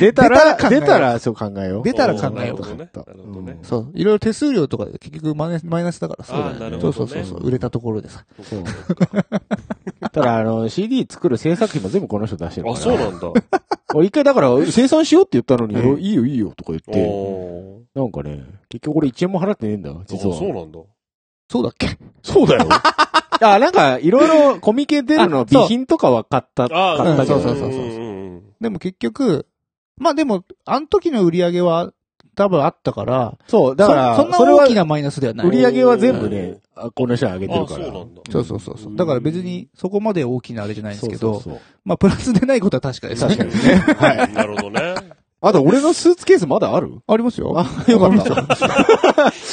出たら、
出た
出たら、
ら考えよう
そう考えよう。
出たら考えよう
おーなるほどね。なるほどね。
そう。いろいろ手数料とかで結局マイナマイナスだから
あー
さ。
なる
そ
ほ
うそ
ど
うそう
ね。
そう。売れたところでさ。
そうただ、あの、CD 作る制作費も全部この人出してるから。
あ、そうなんだ。
俺一回 だから、生産しようって言ったのに、
うん
いいよいいよとか言って、
おー
なんかね、結局俺1円も払ってねえんだ、
あ、
実は。
そうなんだ。
そうだっけ
そうだよ。 あ、なんか、いろいろコミケ出るの
あそう
備品とかは買った、
あ
買
ー
っ
う
た
ん
けど
そうそうそうそう
ん
ん
ん
でも結局、まあでも、あの時の売り上げは多分あったから、
そう、だから、
そそんな
それは
大きなマイナスではない
売。り上げは全部ね、あこの人が上げてる
あ、
か
そう
ら。
なんだ。
そうそうそうそう。だから別にそこまで大きなあれじゃないんですけど、
そうそう
まあプラスでないことは確かです
そう
ね
確。かにね。はい。
なるほどね。
あと、俺のスーツケースまだある
あります よ。
あ、 よかった。
あ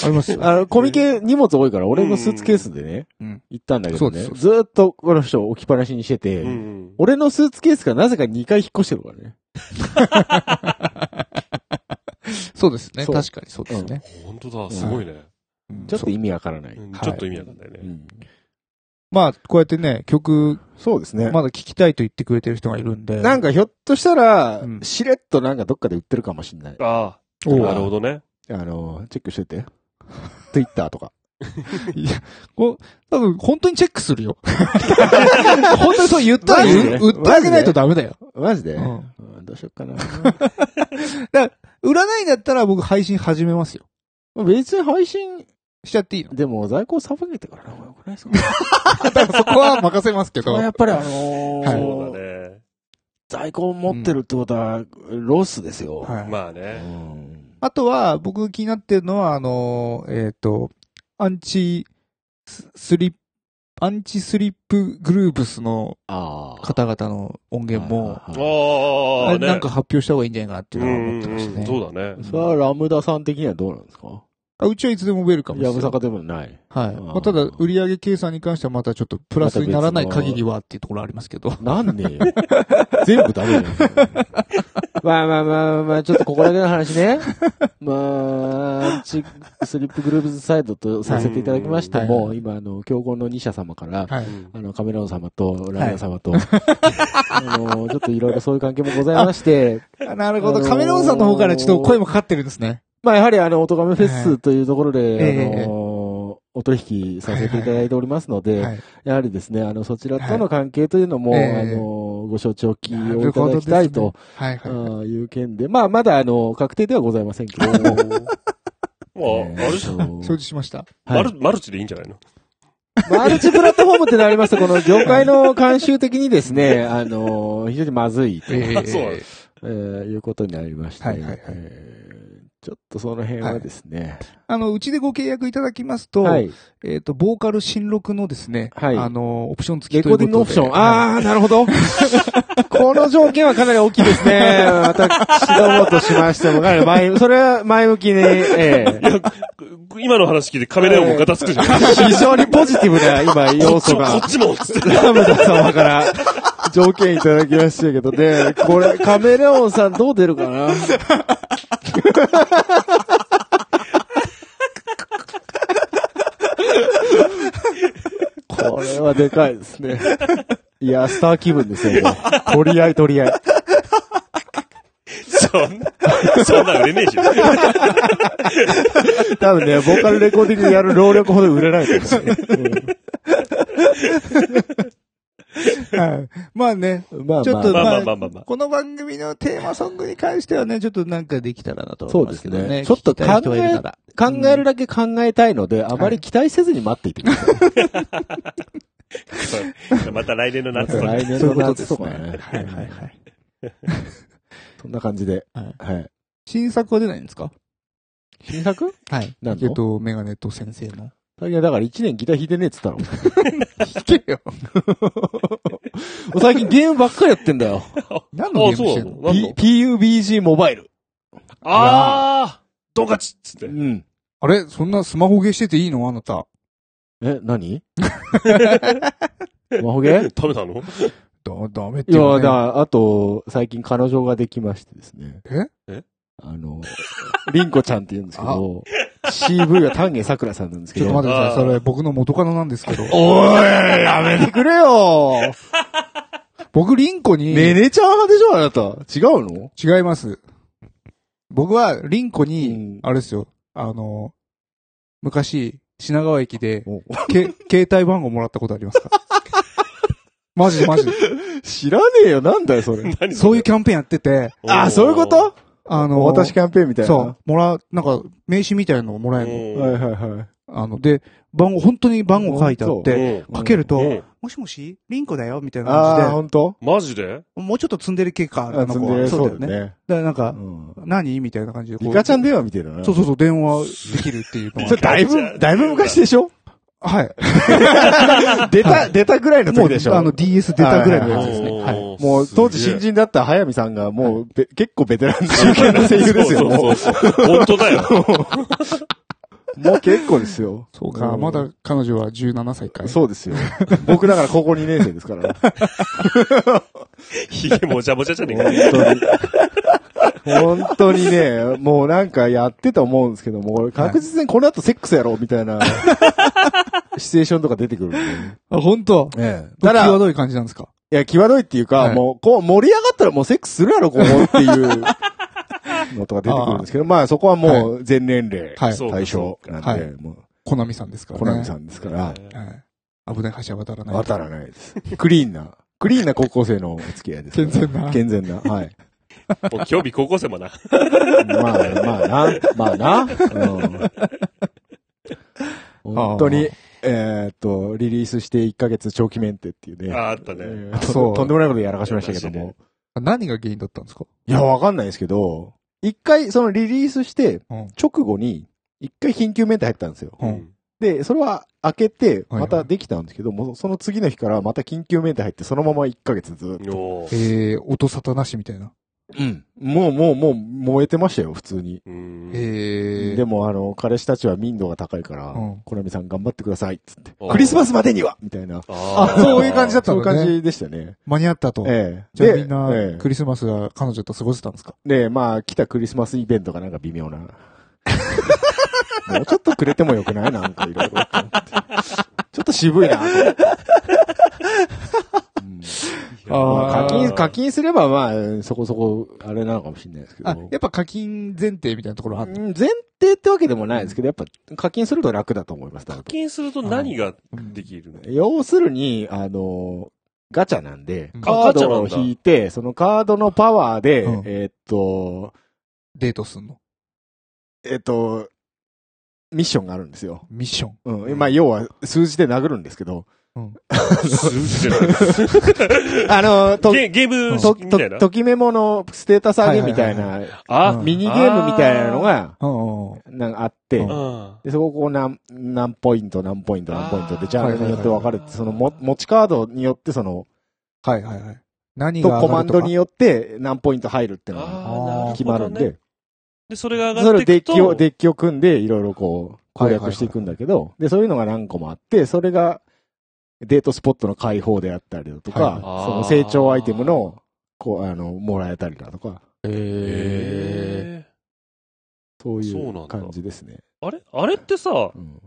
りますよ。
あの、コミケ荷物多いから、俺のスーツケースでね
うん、
行ったんだけどね。
そうです
ずーっとこの人置きっぱなしにしてて、
うん
俺のスーツケースがなぜか2回引っ越してるからね。
そうですね。
そう
確かにそうですね。
本当だ、すごいね。
うん
ちょっと意味わからない。
うん
はい
ちょっと意味わかんないね。
うん
まあ、こうやってね、曲、
そうですね。
まだ聞きたいと言ってくれてる人がいるんで。
なんかひょっとしたら、
うん
しれっとなんかどっかで売ってるかもしんない。
ああ、
おう
なるほどね。
あの、チェックして て。Twitter とか。
多分、本当にチェックする よ。本当にそう言ったら、
マジで
う売ってあげないとダメだよ。
マジで、
うん
うんどうしよっかな。
売らないんだったら僕配信始めますよ。
別に配信、
しち ゃっていいの
でも在庫さばけてからの方が良くないですか
そこは任せますけ
や
ど。
っぱりあの
はい
そうだね。
在庫を持ってるってことは、ロスですよ。
はい
まあ
う
ね。
ん
あとは、僕気になってるのは、あのー、えっ、と、アンチススリップ、アンチスリップグループスの
ああ。
方々の音源も、
あ
はい
あ
あ、
れ
ね。
なんか発表した方がいいんじゃないかなっていう
う
のは
ん
思っ
う
てました
ん、
ね。
そうだね。
それはラムダさん的にはどうなんですか
あうちはいつでもウェルカムで
や
す
ぶ
よ。
さかでもない。
はい。
うん
まあ、ただ、売上計算に関してはまたちょっとプラスにならない限りはっていうところありますけど。
なんねえよ。 全部ダメだよ。まあまあまあまあ、ちょっとここだけの話 ね。まあ、チスリップグループズサイドとさせていただきましても、
は
今、あの、競合の2社様から、
はい。
あの、カメラオン様と、ライダー様と、あの、ちょっといろいろそういう関係もございまして、
なるほど。カメラオンさんの方からちょっと声もかかってるんですね。
まあやはりあの、オトガメフェスというところ
ええ
で、あの、お取引させていただいておりますので、
はい。
やはりですね、あの、そちらとの関係というのも、
はいええ
あの、の、ご承知おきをいただきたいと、
はいはいはい。
あーいう件で、まあ、まだ、あの、確定ではございませんけど。
まあ、あれじゃん
承知しました。
はい
マルマルチでいいんじゃないの
マルチプラットフォームってなりますと、この業界の慣習的にですね、あの、非常にまずいと、え
あそうなの
ーいうことになりまして、
はいはいはい
えーちょっとその辺はですね、
あの、うちでご契約いただきますと、
はい。
えっと、ボーカル新録のですね、
はい
あの、オプション付き
レ
と
コ
いう
ー
こと
ディ
で。
ングオプション。
あ。
あー、なるほ ど。この条件はかなり大きいですね。私どもとしましても、かなり前、それは前向きに、ええ
いや、ぐ今の話聞いてカメラをもガタつくじゃん。
非常にポジティブな今要素
こ
が
っ、ちも、つって。
ラムダ様から条件いただきましたけどね、これ、カメレオンさんどう出るかなこれはでかいですね。いや、スター気分ですよ、もう取り合い取り合い。
そんな、そんな売れねえし。
多分ね、ボーカルレコーディングやる労力ほど売れないと思うね
はいまあね、
うんまあまあ、
ちょっと
まあまあまあまあまあ
この番組のテーマソングに関してはね、ちょっとなんかできたらなと
そ
思いうま
ですす
けど
ね。
ね。
ちょっと
聞きた
考
い人がい
え
るなら、
考えるだけ考えたいので、あまり期待せずに待っていてください。
また来年の
ま
夏
た
とか
来年
そうい
の
う
夏
ことで
と
す
か
ね。
ね。
はいはいはい。
そんな感じで。
はい
はい。
新作は出ないんですか
新作
はい。
何の
えっと、メガネと先生の。
最近だから1年ギター弾いてねえって言った
聞けよ。
の。 最近ゲームばっかりやってんだよ。
何の
あ、
ゲームし
そ
て
うんな
の
のなんだ
PUBG モバイル。
あー、ドンカチッつっ
う
て。
ん。
あれそんなスマホゲーしてていいのあなた。
え、何マホゲー
食べたの
だ、ダメって
い
言
や、
う
だ
よね
からあと、最近彼女ができましてですね。
ええ
あの、リンコちゃんって言うんですけど、CV は丹下桜さんなんですけ
ちょっ
ど。
と待ってください。
あー
それ僕の元カノなんですけど。
おい、やめてくれよ
僕、リンコに、
ねねちゃん派でしょ、あなた。違うの
違います。僕は、リンコに、
うん
あれですよ、あの、昔、品川駅で、
お
け、携帯番号もらったことありますか マジでマジで。
知らねえよ、なんだよ、それ。
何
そういう
れ
キャンペーンやってて、
あ、そういうこと
あの、
お渡しキャンペーンみたいな。
そう、もらう、なんか、名刺みたいのをもらえる
はい
ん
はいはい。
の。あの、で、番号、本当に番号書いてあっ
で
て、
うん
かけると、
うん
もしもしリンコだよみたいな
ああ、
感
本当
マジで
じで、もうちょっと積んでる系か、あの
積ん
子
で
は。
る
そ
そうう
だよ
だよね。
ね。だからなんか
う、ん。
何みたいな感じで。こう
リカちゃん電話みたいだな。
そうそうそう、電話できるっていうの
それ
は。
だいぶ、だいぶ昔でしょ
はい。
出た、出たぐらいの
も
時
う、
でしょ
あの、DS 出たぐらいの
そ
や
う
つですね。はい。
おー
もう当時
すげ
新
え
人だった早見さんがもうべ、結構ベテラン中堅の声優ですよ。も
そうそうそう本当だよ。
うもう結構ですよ。
そうか、まだ彼女は17歳かい。
そうですよ。僕だから高校2年生ですから。
ひげもじゃもじゃじゃねえか。
本当に。本当にね、もうなんかやってた思うんですけども、俺確実にこの後セックスやろうみたいな、シチュエーションとか出てくるんで。
あ、本当
ええ。
た
た
だ、
だ、
際
い
どい感じなんですか
や、際どいっていうか、
はい
もう、こう、盛り上がったらもうセックスするやろ、ここっていうのとか出てくるんですけど、まあそこはもう全年齢、
はい。
そう
対象なんで、
はい
もう、
コナミさんですからね。
コナミさんですから、
はい。危ない橋は渡らない。
渡らないです。クリーンな、クリーンな高校生のお付き合いですから。
健全な
健全な、はい。
もう興味高校生もな。
まあ、まあな、まあな。うん、本当に、えーっと、リリースして1ヶ月長期メンテっていうね。
ああった
え
ね。
ーと
そう
とんでもないことやらかしましたけども。
何が原因だったんですか
いや、わかんないですけど、一回、そのリリースして
うん、
直後に、一回緊急メンテ入ったんですよ。
う
うんん。
で、それは開けて、
はい
またできたんですけど、もうその次の日からまた緊急メンテ入って、そのまま1ヶ月ずっと。
よー
えー、音沙汰なしみたいな。
うん。もう、もう、もう、燃えてましたよ、普通に。
うん
えー。
でも、あの、彼氏たちは民度が高いから、
うん
コナミさん頑張ってください、つって。
あー
クリスマスまでにはみたいな。
あ
あそういう感じだった
そういう
そうだね
感じでしたね。
間に合ったと。
ええ。
じゃあ
で
みんな
え、
クリスマスは彼女と過ごせたんですか
えで、まあ、来たクリスマスイベントがなんか微妙な。もうちょっとくれてもよくないなんかいろいろと思って。ちょっと渋いな。うんまあ課金、課金すればまあ、そこそこ、あれなのかもしれないですけど。
あ、やっぱ課金前提みたいなところあ
う
る
ん前提ってわけでもないですけど、やっぱ課金すると楽だと思います。多分
課金すると何ができるの
要するに、あの、ガチャなんで
うん、
カード
あガ
を
チャなんだ
引いて、そのカードのパワーで、
うん
えーっと、
デートすんの
えーっと、ミッションがあるんですよ。
ミッション。
うん。まあ、要は、数字で殴るんですけど、
数字でない
あの、と、
ゲゲーム
と、
式みたい
と、
な。
ときメモのステータス上げみたい
は
な、
あ
うん
ミニゲームみたいなのが、
うんうん
なんかあって、
う
うんん。
で、そこをこう何、何ポイント、何ポイント、何ポイントで、
あー
ジャンルによって分かれ
はいはいは
て、
い
そのも、持ちカードによって、その、
はいはいはい。何
と
が
コ
上
マ
が
ン
る
ド
と
に
か
よって、何ポイント入るっていうのが
ああ、なるほどね
決まるんで、。
で、それが上が
そ
っ
れをデ
てい
ッ
くと。
キを、デッキを組んで、いろいろこう、攻略していくんだけど、で、そういうのが何個もあって、それが、デートスポットの解放であったりだと
はい
か、
はい
その成長アイテムの、こう、あの、もらえたりだとか、
へ
え
そうい
そうなん
う
だ
感じですね。
ーあれあれってさ、
うん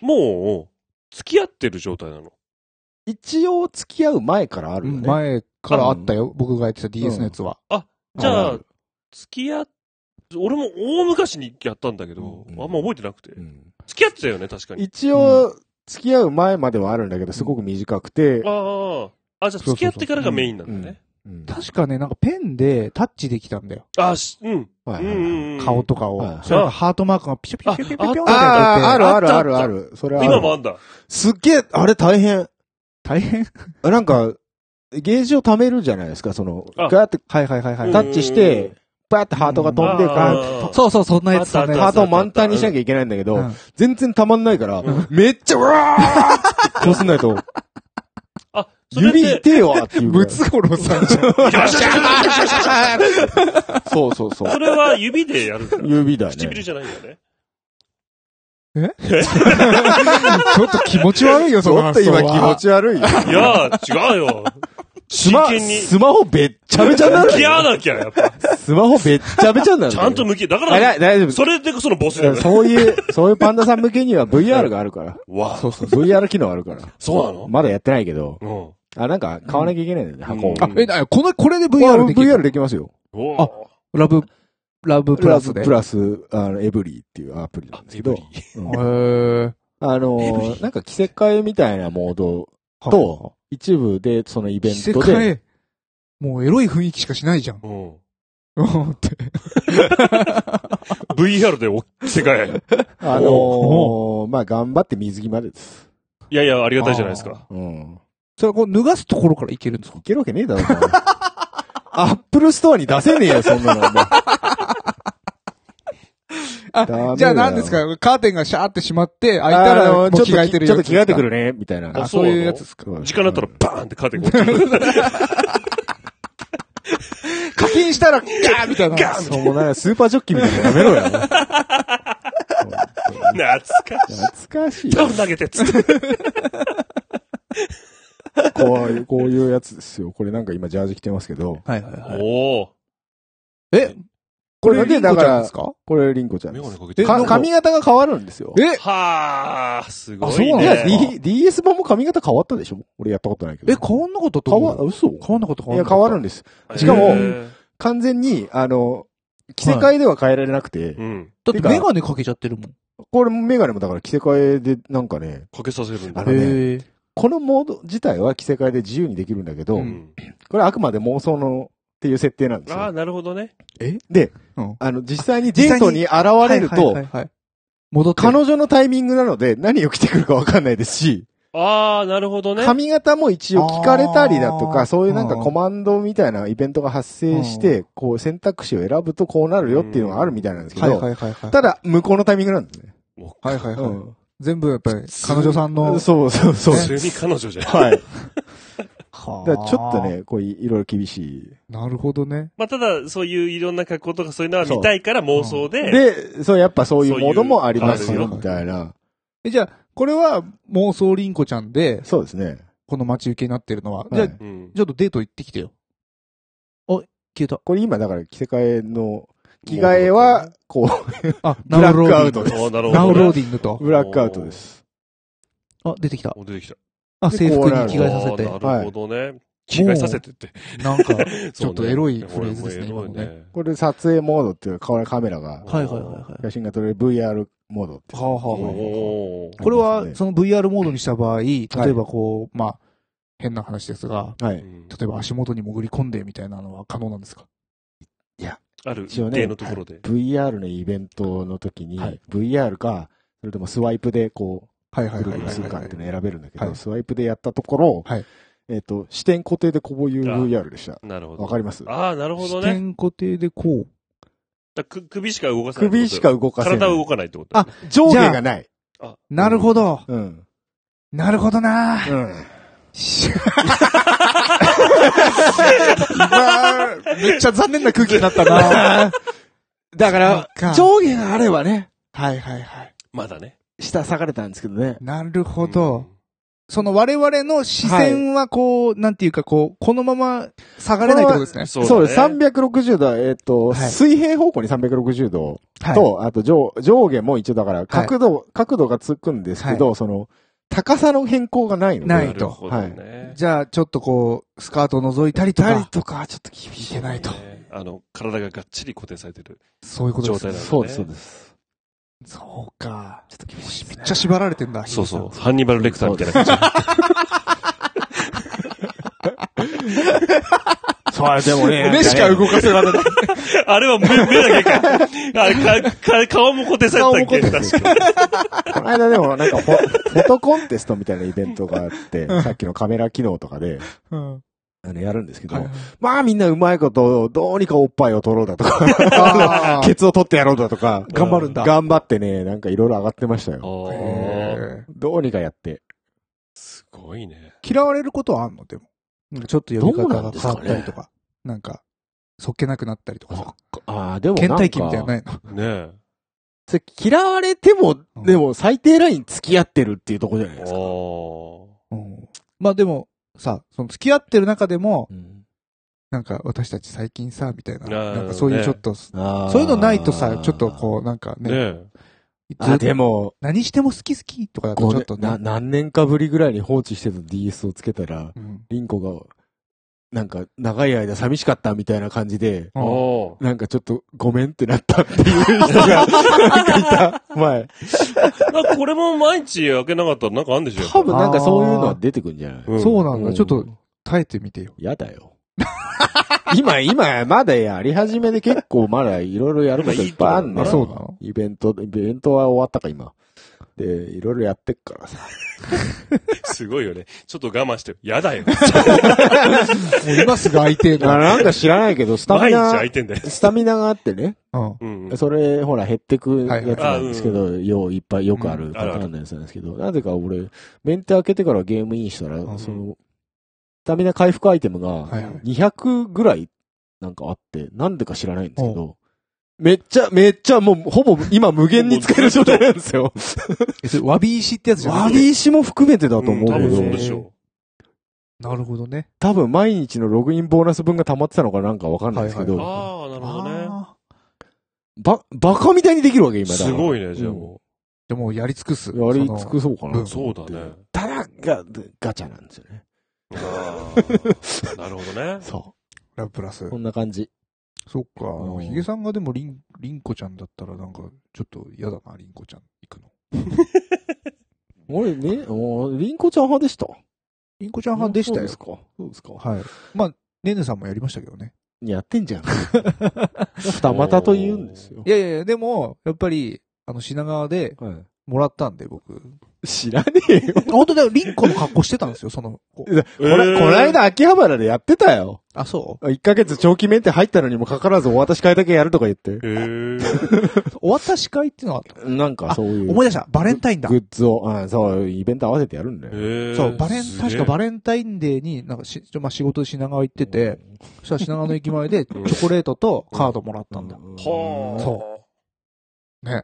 もう、付き合ってる状態なの。
一応、付き合う前からあ
え
るよね。
前からあったよ。僕がやってた DS のやつは。
じゃ
あ
あ
る、
付き合っ、俺も大昔にやったんだけど、
うん
あんま覚えてなくて。
うん
付き合ってたよね、確かに。
一応、付き合う前まではあるんだけど、すごく短くて、
ああ、あ、じゃあ
そうそうそう
付き合ってからがメインなんだ
うん
ね。
うん
確かね、なんかペンでタッチできたんだよ。
あ、し、うん。
は
うん
いはいはい
うんうん。
顔とかを
はい。
それがハートマークがピシュピシュピシュピシュピシュピシュピシュピシュって
ああ、ある
やって
あ
あ
るあ
った
る
あ
あ
っ
る。それはある
今もあんだ。
すっげえ、あれ大変。
大変
なんか、ゲージを貯めるじゃないですか、その、
あ
ガーって
はいはいはいは
う
い。
ん
タッチして、バーってハートが飛んで、
うん
ガーンって
あー
そうそう、そんなやつ、
あった
そん
あ
な
っ
や
た
つ。
ハートを満タンにしなきゃいけないんだけ
う
ど
ん、
全然溜まんないから
うん、
めっちゃ、うわーこうすんないと、
あ、 それっ
指
て、
痛えわっていうぐらい。
ゴロさんじゃん。
そうそうそ。
そうれは指でやるんだ。
指だ
唇
ね。
じゃないんだね。
ちょっと気持ち悪いよ、
ち
その
ょっと
発想
今
は。
気持ち悪いよ。
いやー、違うよ。
ス
真
マ、
剣に。
スマホべっちゃべちゃにな
向
る
き合わ
よ。
なきゃ、やっぱ。
スマホべっちゃべちゃになる
ち
よ。
ゃんと向き合う、だか
あ
ら
大、大丈夫。
それでこそのボスだよね。
そういう、そういうパンダさん向けには VR があるから。
わ
そうそう。VR 機能あるから。
そうなの
まだやってないけど。
うん。
あ、なんか買わなきゃいけないんだよね、箱を
うん。
あ、え、な、この、これで
あ
VR できる
VR できますよ。
おー
ラブ、ラブプラスで。
プラス、あの、エブリーっていうアプリなんですけど。うん
へー
あの
エブリ
ー、
ー
なんか着せ替えみたいなモードと、一部でそのイベン
着せ
ト
替
で、
え。もうエロい雰囲気しかしないじゃん。
うん。
うんって。
VR でお、世界。
あのー、まあ、頑張って水着までです。
いやいや、ありがたいじゃないですか。
うん。
それこう脱がすところからいけるんですか
いけるわけねえだろ、お前 アップルストアに出せねえよ、そんなの。お前ダメだよ
あ、じゃあ何ですかカーテンがシャーってしまって、開いた
あ
らも
の
う
ちょっと
着替えてる
ち
や
ょっ
つ
と
です
着
か
替えてくるね、みたいな。
あ
あ、そういうやつですか。
時間だったらバーンってカーテン こ
課金したら、ガーみたいな。
ら。そうもうなんかスーパージョッキみたいなのやめろ よ。
懐かしい。
懐かしい。
タオル投げてっつって。
こういう、こういうやつですよ。これなんか今ジャージ着てますけど。
はいはいはい。
おお。
え
こ
こ
れ
れ
で
で、
だ
だ
か
からら。
これリンコちゃん
メ
で
ガネ
す。
かけてる
か髪型が変わるんですよ。
え
はあ、すご
あそう
い
な
え
ん
い
だ
ね
や、。D、DS 版も髪型変わったでしょ俺やったことないけど。
え、変わんなかったと
変
思
わ、
う
嘘
変わんなかった変
い
わ
や、
んなかった。
変わるん
で
です。しかも
へー
完全に、あの、着せ替えでは変えられなくて
う、ん。
だってメガネかけちゃってるもん。
これメガネもだから着せ替えで、なんかね、
かけさせるん
あ
だ
の。ね
へえ。
このモード自体は着せ替えで自由にできるんだけど、
うん
これあくまで妄想のっていう設定なんです
ああ、
よ。
なるほどね。
で、
うん
あの、実際に
実
デー
際
ト
に
に現れる
はい
と
はい、はいはい、戻ってる
彼女のタイミングなので何を着てくるかわかんないですし、
ああ、なるほどね。
髪型も一応聞かれたりだと
あ
か、
ー
そういうなんかコマンドみたいなイベントが発生して、こう選択肢を選ぶとこうなるよっていうのがあるみたいなんですけ
はいは
ど、
いはいはい。
ただ、向こうのタイミングなんですね。
はいはいはい。
うん
全部やっぱり彼女さんの。
そうそうそう。
普通に彼女じゃん。
はい。
はあ
だからちょっと。ね、こういいろいろ厳しい。
なるほどね。
まあ、ただ、そういういろんな格好とかそういうのは見たいから妄想で。
で、そう、やっぱそういうモードもあります
そうい
よ、
う
みたいな。
え、じゃあ、これは妄想りんこちゃんで、
そうですね。
この待ち受けになってるのは。
い
じゃあ、ち
うん。
ょっとデート行ってきてよ。あ、消えた。
これ今だから着せ替えの、着替えは、こ
あ、
ブラックアウ
デ
ト
ィン
で
グ
す。
ああ、なるほどね。
ナウローディングと
う、。ブラックアウトです。
あ、出てきた。
お出てきた。
あ、
で
制服
こうな
に
る
着替えさせて。
あーなるほどね。着替えさせてって。
なんか、ち
そ
ょ
うね
っとエロいフレーズですね、今
俺
の
も
ね。
ね。
これ撮影モードっていうか、カメラが、
はいはいはいはい。
写真が撮れる VR モードっていう。
はあはあはあ
おー
あ
これ
り
は、
ますね
その VR モードにした場合、例えばこう、まあ、変な話ですが、
は
う
い。
ん
例えば足元に潜り込んでみたいなのは可能なんですか
ある
一
一
応ね
定のところで。
VR のイベントの時に、
はい
VR か、それともスワイプでこ
はいは
う、
い
ぐ
は
る
い
ぐ
は
るするかっ
い。
ていうのを選べるんだけど、
はい
スワイプでやったところ、
はい
えっ、と、視点固定でこういう VR でした。
なるほ
わ
ど。
かります
ああ、なるほど
視
ね。
点固定でこう。
だく首しか動かせない。
首しか動かせない。
体は動かないってことだね。
上下がない。
なるほど。
うん。
なるほどな
うん。
めっちゃ残念な空気になったな
だから、
か
上下があればね、
はいはいはい。
まだね。
下下がれたんですけどね。
なるほど。その我々の視線はこう、なんていうかこう、このまま下がれないってことです
う
ね
ん。。そ
そうう
だね
です。360度、えっ、と、
はい
水平方向に360度
はい
と、あと上上下も一応だから、角度、角度がつくんですけど、その、高さの変更がないので。
ない
なるほどね。
じゃあ、ちょっとこう、スカート覗いたりと
たり
か、
とか、ちょっと厳しい。
いけないと。
ねあの、体ががっちり固定されてる
そういうこと
状
です
態
ね。
なんだね。
そうです、そうです。
そうか。
ちょっと厳しい。
めっちゃ縛られてんだ。
そうそう。ハンニバルレクターみたいな感じ。
そう、でもね
目しか動かせられない。
あれは目目だけ か。あれかか顔も固定されてたっけ確かに。
この間でもなんかフォ、フォトコンテストみたいなイベントがあって、さっきのカメラ機能とかで、
うん。
あの、やるんですけど、
はいはい
まあみんなうまいこと、どうにかおっぱいを取ろうだとか、
あ ー
ケツを取ってやろうだとか、
頑張るんだ
頑張ってね、なんかいろいろ上がってましたよ。
おー
へー
どうにかやって。
すごいね。
嫌われることはあんのでも。なんかちょっと呼び
どう
方
なん
が
で
変
すか
わ
ね
ったりとか。なんか、そっけなくなったりとかさ。
ああ、でも
倦怠期みたいなのないの。
ねえ。
それ嫌われても、
うん
でも最低ライン付き合ってるっていうとこじゃないですか。
お
うんまあでも、さ、その付き合ってる中でも、
うん
なんか私たち最近さ、みたいな。
なるほどね
なんかそういうちょっと、
あー
そういうのないとさ、ちょっとこう、なんか
ー
ね、
ねえ。
ず
あ、
っと
でも、
何しても好き好きとかだと
こ
ちょ
れ
っと
な
ね。
何年かぶりぐらいに放置してた DS をつけたら、
うん
リンコが、なんか長い間寂しかったみたいな感じで、
うん
お
なんかちょっとごめんってなったっていう人が、なんかいた、前。
ーなんかこれも毎日開けなかったらなんかあんでしょ
多分なんかそういうのは出てくんじゃない
そうなん
う
だ。
ん
ちょっと耐えてみてよ。
やだよ。 今、今、まだやり始めで結構まだいろいろやることいっぱいあんの
ま
あ、
あ
そう
よ。
なの
イベント、イベントは終わったか今。で、いろいろやってっからさ。
すごいよね。ちょっと我慢して。やだよ。
もう今すぐ相手
だか
が。
らなんか知らないけど、スタミ
毎日
ナ
開い、てんだよ。
スタミナがあってね。
うん。
うん。
それ、ほら、減ってくやつ
はい
な
はい
んですけど、よういっぱいよくあ
う
る
ん
パターンのやつなんですけど、なぜか俺、メンテ開けてからゲームインしたら、
うん
その、スタミナ回復アイテムが、
はいはい。
200ぐらいなんかあって、なんでか知らないんですけど、めっちゃ、めっちゃもう、ほぼ今無限に使える状態なんで すよ。
えそれわび石ってやつじゃな
ワ
くて
ビーシも含めてだと
うん
思う
多
け
分
ど、
そうでしょ
なるほどね。
多分毎日のログインボーナス分が溜まってたのかなんかわかんないですけ
う。
ど、
ああ、なるほどね。
あ
ば、バカみたいにできるわけ、今だから。
すごいね、じゃあも
ーでもやり尽くす。
やり尽く
す。
そうか
そ
な
う。。そうだね。
ただ、が、ガチャなんですよね。
あーなるほどね。
そ
ラブプラス
う。こ。んな感じ。
そっか
う。ん
ヒゲさんがでもリン、リンコちゃんだったらなんか、ちょっと嫌だな、リンコちゃん行くの。
俺ね、おーリンコちゃん派でした。
リンコちゃん派でした
そう
よ
で。すか。そうですか。
はい。まあ、ねねさんもやりましたけどね。
やってんじゃん。二股と言うんですよ。
いやいやいや、でも、やっぱり、あの、品川で
はい。
もらったんで、僕。
知らねえよ。
本当だよ、リンコの格好してたんですよ、その 子。
こら、
えー
こないだ秋葉原でやってたよ。
あ、そ
1ヶ月長期メンテ入ったのにもかかわらずお渡し会だけやるとか言って。
へえ。
うお渡し会っていうのがあった。
なんかそういう。
思い出した。バレンタインだ
グ。ッズを、あそう、イベント合わせてやるんだよ。
へえ
そう、バレン、
すげえ
確かバレンタインデーに、なんかし、ちょまあ、仕事で品川行ってて、そしたら品川の駅前で、チョコレートとカードもらったんだ。
はあ。
そね。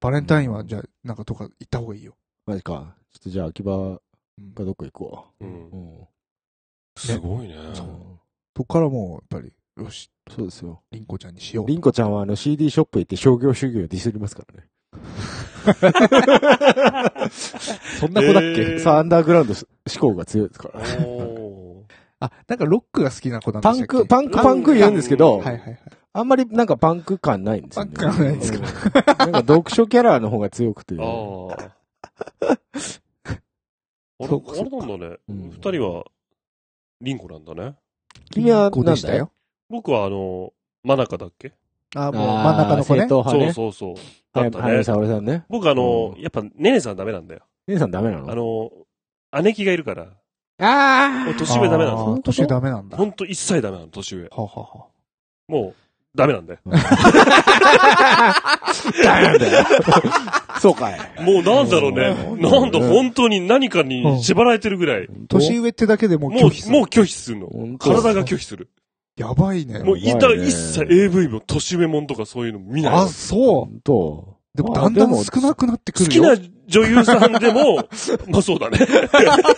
バレンタインは、じゃあ、なんかとか行った方がいいよ。
マジか。ちょっとじゃあ秋葉
うん
かどっか行くわ。
う。
うんん。
すごいね。
そう
そっからもう、やっぱり、よし、
そうですよ。
リンコちゃんにしよう。
リンコちゃんはあの CD ショップ行って商業主義をディスります からね。
そん
な
な
子
子
だ
だ
っ
っ
け
け、
へー
さあ、アンダーグラウンド思考が強いですから。
お
あ、なんかロックが好きな子なんで
パ
し
ン
たっけ
ク、パンクパンク言うんですけど、
はいはいはい。
あんまりなんかパンク感ないんですよね。
パンク感ないです
か
うんなんか読書キャラの方が強くて。
ー。ああ。あれ、
そうか
あれなんだね。
うん
二人はリンコなんだね。
君は
こう
な
で
ん
し
だ
た
よ
よ。。
僕はあの、真中だっけ
あ、もう真ん中の子ね。
そう
そう
そう。
そうそう。だ
は
っ
い、
た
は
ね
い、。沙織さんね。
僕あの
う、
やっぱ、ねねさんダメなんだよ。
姉さんダメなの
あの、姉貴がいるから、
あ
もう年上ダメなん
あ
だ
ー
よ。
年上ダメなんだ。
ほんと一切ダメなの、年上。
ははは
もう、ダメなんだよ。
ダメなんだよ。 そうかい。
もうなんだろう
う
ね。
ん
なんだ、本当に何かに縛られてるぐらい。
年上ってだけでもう
もう、
拒否する。
もう拒否するの。
本当
体が拒否する。
やばいね。
もう、い
や
た
ばいね
一切 AV も年上もんとかそういうの見ない。
あ、そう。
本当。
でもだんだん少なくなってく
好
る
き
よ。
な女優さんでも、まあそうだね。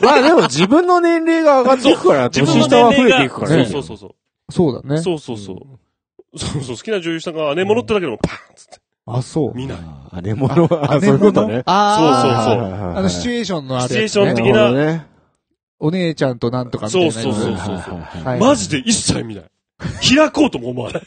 まあでも自分の年齢が上がっていくから、
自分
年
の
下は
年
増えて
齢
い
が、
くからね。
そうそうそう
そうだ
そう。
ね。
そうそうそう。そうそう、好きな女優さんが姉物ってだけでもパーンっつって。
あ、そう。
見ない。
あー姉物は、あ
姉
そういう
物
ことね。
あーそうそうそう
あの、シチュエーションのあるやつ
シチュエーション
ね。
的な
るほどね。
お姉ちゃんとなんとかみたいなやつ。
そうそうそう
はい
マジで一切見ない。開こうとも思わない。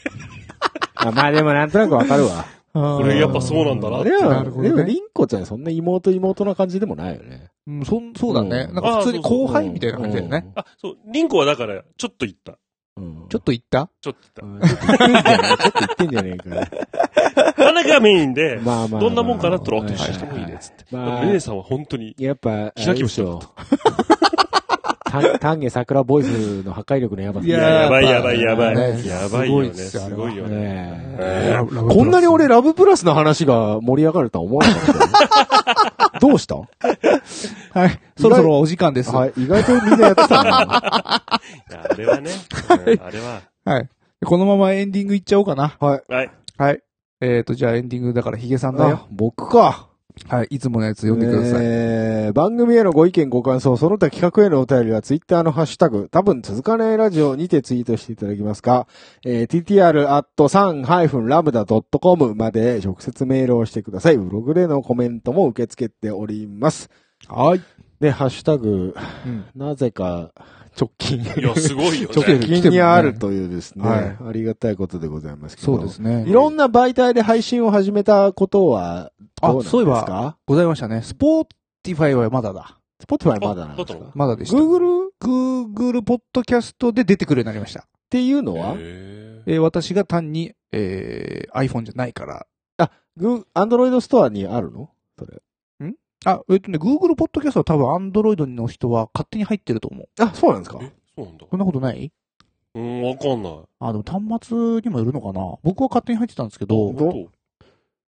あまあでもなんとなくわかるわ。
こ
こ
れやっぱそうなんだなって
で。
なるほ
も、
どね
でも、りんこちゃんそんな妹妹な感じでもないよね。
うん、そん、そうだね。
うん
なんか普通に後輩みたいな感じだよね。
あ、そう、リンコはだから、ちょっと行った。
うん。うん
ちょっと行った
ちょっと行っ
うんちょっと言ってんじゃねえちょっと言ってんじゃねえか。
た。花がメインで、
まあまあ。
どんなもんかなって言
は
ったら、あ、
いは
年
いはい
下もいいね、つって。で
ま
も
あ
レネさんは本当に、
やっぱ、
開きもしなかった
あれでしょ。丹下桜ボイスの破壊力のやばさ。
いや
やばいや
やっ
ば
ぱ
いやば
ね
い。やばいよね。
すごいっす
す
よ
ごいよね。
ねえ
えー
こんなに俺、ラブプラスの話が盛り上がるとは思わなかった よ。どうした
はい。そろそろお時間です。はい。
はい、意外とみんなやって
い
たな。
やあれはね、うんあれは。
このままエンディングいっちゃおうかな。はい。
はい。
はい。えっと、じゃあエンディングだからヒゲさんだよ。
あ僕か。
はい。いつものやつ読んでください。
えー番組へのご意見、ご感想、その他企画へのお便りは、ツイッターのハッシュタグ、多分続かないラジオにてツイートしていただきますか、えー、ttr.san-lambda.com まで直接メールをしてください。ブログでのコメントも受け付けております。
はい。
で、ハッシュタグ、
うん
なぜか、直近。
いや、すごいよ
ちょっと
ね。
直近にあるというですね、
はい
ありがたいことでございますけど。
そうですね。
いろんな媒体で配信を始めたことは、どうなんですか
あそういえばございましたね。スポーティファイはまだだ。
スポティファイまだなんです
あだ
か
っ
まだでした。
?Google っ
Google ポッドキャストで出てくるようになりました。
ていうのは、
へ
えー私が単に、えー iPhone じゃないから。
グアンドロイドストアにあるのそれ。
あ、えっとね、Google ポッドキャストは多分 Android の人は勝手に入ってると思う。
あ、そうなんですか
ーえ、そうなんだ。
そんなことない
うん、わかんない。
あ、でも端末にもよるのかな僕は勝手に入ってたんですけど、い
ど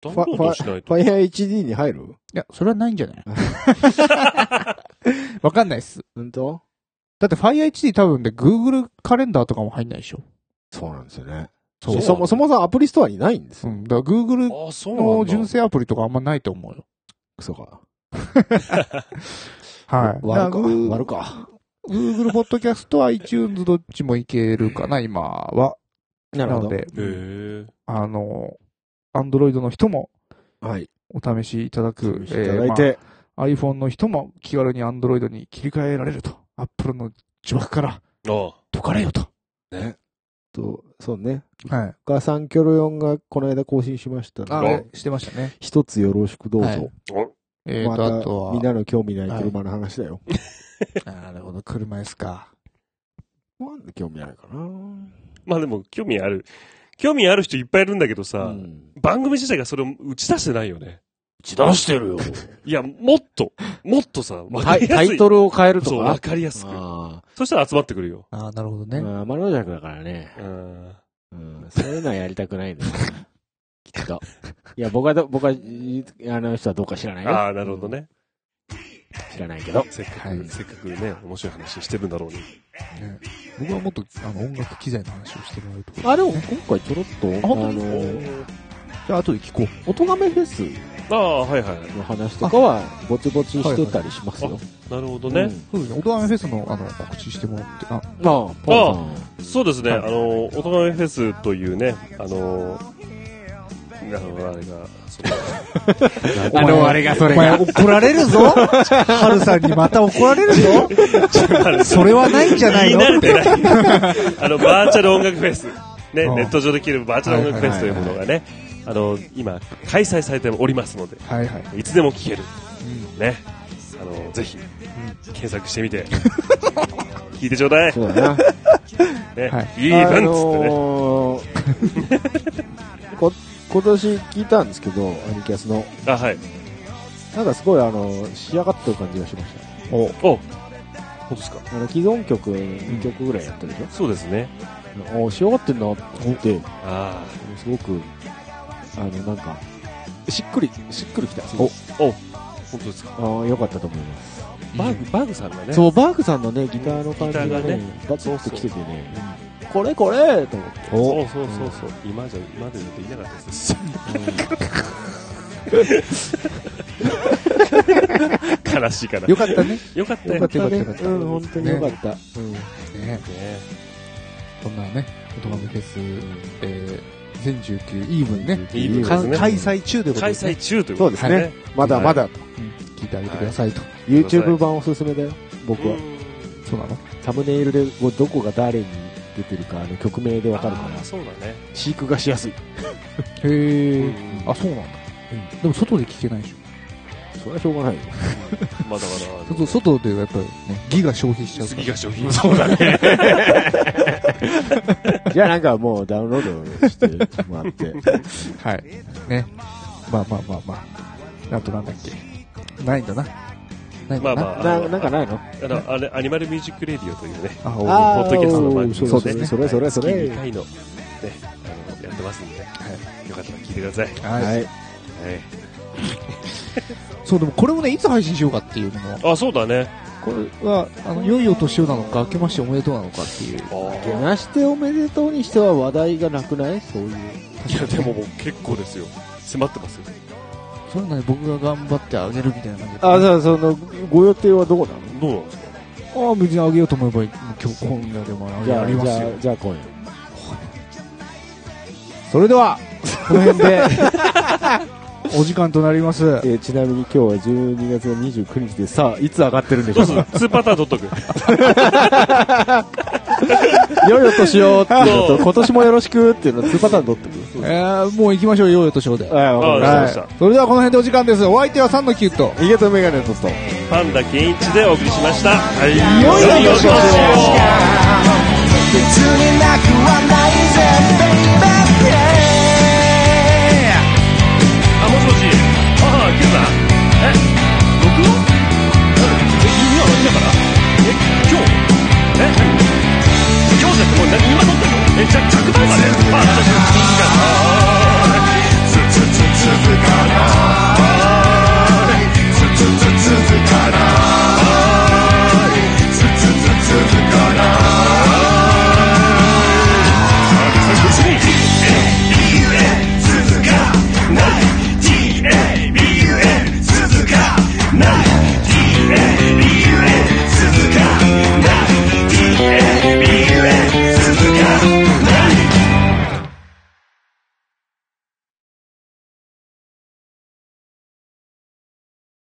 どダウンロードしないと。
Fire HD に入る
や、それはないんじゃない わかんないっす。
本当
だって Fire HD 多分で Google カレンダーとかも入んないでしょ。
そうなんですよね。
そう
そもそもそもアプリストアにないんです
う
よ。
ん。だから Google
あ、そうな
の
んだ
純。正アプリとかあんまないと思うよ。
クソか。
はい。
割るか。
だら
割るか。
Google ポッドキャスト、iTunes どっちもいけるかな、今は。
な
な
るほ
の
ど。
で、
へー
あの、Android の人も
はい。
お試しいただく、
いただいて、
えーまあ iPhone の人も気軽に Android に切り替えられると。Apple の呪縛から
あ
解かれよと。
ね。と、そうね。
はい。
が3キョロ4がこの間更新しましたの
あ
で、
れ、してましたね。
一つよろしくどうぞ。
はい
あ。
え
ま
ーと、あ
た、みん
と
なの興味ない車の話だよ。
は、なるほど、車椅子か。
なんで興味ないかな
まあでも、興味ある。興味ある人いっぱいいるんだけど
う
さ、
ん。
番組自体がそれを打ち出してないよね。
打ち出してるよ。
いや、もっと、もっとさ、わ
タ
か
イ
り
タ
やすい。
イトルを変えると
そう、
か
わ。かりやすく。
あ
そしたら集まってくるよ。
ああ、なるほど
あ。
ね。
まあ、マロジャクだからね。
うん。
うん。そういうのはやりたくないんだよ。 きっと。いや、僕はど、僕は、いあの人はどうか知らないよ。
ああ、なるほどね。
知らないけど。
せっか
は
く、
い
せっかくね、面白い話してるんだろうに。
僕はもっとあの音楽機材の話をしてもらうと。
あ、でも今回ちょろっと、あ
本当に
の、
じゃあ、後で聞こう。
おとがめフェス
ああ、はいはいはい。
の話とかは、ぼちぼちしてたりしますよ。
なるほどね。
そうですね、音めフェスのあの告知してもらって、あ、
うん。ああ、ポンさん。
そうですね、あの、音亀フェスというね、あの、あの、あれが、その
あの、あれがそれ
お前
が。
怒られるぞハルさんにまた怒られる ぞそれはないんじゃな
言
い
い慣れ
の
てない。あの、バーチャル音楽フェス。ね、
うん
ネット上で聴けるバーチャル音楽フェスというものがね、あの、今、開催されておりますので、
はいはい。
いつでも聴ける。ね。あの、ぜひ、検索してみて、 聞いてちょうだい。
そうだな。
ね、
はい
い分っつってね。
ね。 こ今年聞いたんですけど、アニキャスの。
あ、はい。
なんかすごい、あの、仕上がってる感じがしまし
お、お、そうですか。
た。あの、既存曲、2曲ぐらいやったでし
そうですね。
ょ。お仕上がってんなって思って、
あ
すごく、あの、なんか、しっくり、しっくりきた。お
あ、お、本当ですか。
あーよかったと思います。
バーグ、バーグさんがね。
そう、バーグさんのね、ギターの感じが
ギターが
ね
ね、
バツンと来ててね、これこれと思って。
そうそうそうそう。今じゃ、今で言っていなかったです。悲しいから。
よかったね。
よかった
よ
よ
かったね。
よかったよかった
うん、本当によかった。うん。
ね
ね
こんなね、音楽フェス、えー、2019イーブンね、
イーブンですね
か開催中ということ
開
です、ね
催。中というこ
そう
と
で
ですす
ね。
ね。
まだまだと。
聞いてあげてくださいと。
YouTube 版おすすめだよ、僕は。
そうなの
サムネイルでこうどこが誰に出てるか、あの曲名でわ
わ
か
か
る
る
か
からな。、そうだね。
飼育がしやすい。
へえ。
うん
あ、そうなんだ。でも外で聞けないでしょ。
それはしょうが ないよ。
まあだから、
外外でやっぱりね、ギガ消費しちゃうから
次が商品。そう だね。
じゃあなんかもうダウンロードしてもらって。
はい。ね。まあまあまあまあ。あとなんだっけ。ないんだな。ないん
ま
だ
あま
な。
あ、あ
な
の
なんかないの
あの、あれ、アニマルミュージックレディオというね、
あおう
あ
ポ
ー
ッドキャストの番組
そうですねそれそれそれ
月2回の、ね、あの、やってますんで、よかったら聞いてください。
はい。
い。
そう、でもこれもね、いつ配信しようかっていうのも、
あ、そうだね。
これは、あの、良いお年をなのか、明けましておめでとうなのかっていう。
けなしておめでとうにしては話題がなくないそういう。
いや、でももう結構ですよ。迫ってますよ。
それなのに僕が頑張ってあげるみたいな感じで
あ、じゃあその、ご予定はどこなの
どうなんですか
ああ、別にあげようと思えば、もう今日、今夜でもあ
じ
げ
ゃあ、
あります
じゃ
よ
あ、。じゃあ今夜。
それでは、この辺で、 お時間となります。
えーちなみに今日は12月の29日で、さあ、いつ上がってるんでし
ど
ょ
う
う
す
か
る ?2 パターン取っとく。
よいお年をっていうのと、今年もよろしくっていうの2パターン取ってく
えー、もう行きましょう、良いお年をで。
る。はい、わかり
あ
ま
わかりま
し。
したた
それではこの辺でお時間です。お相手は3のキュート。
逃げとメガネとと。
パンダケンイチでお送りしました。はい。
良いお年を
良いお年を
別になくはないぜ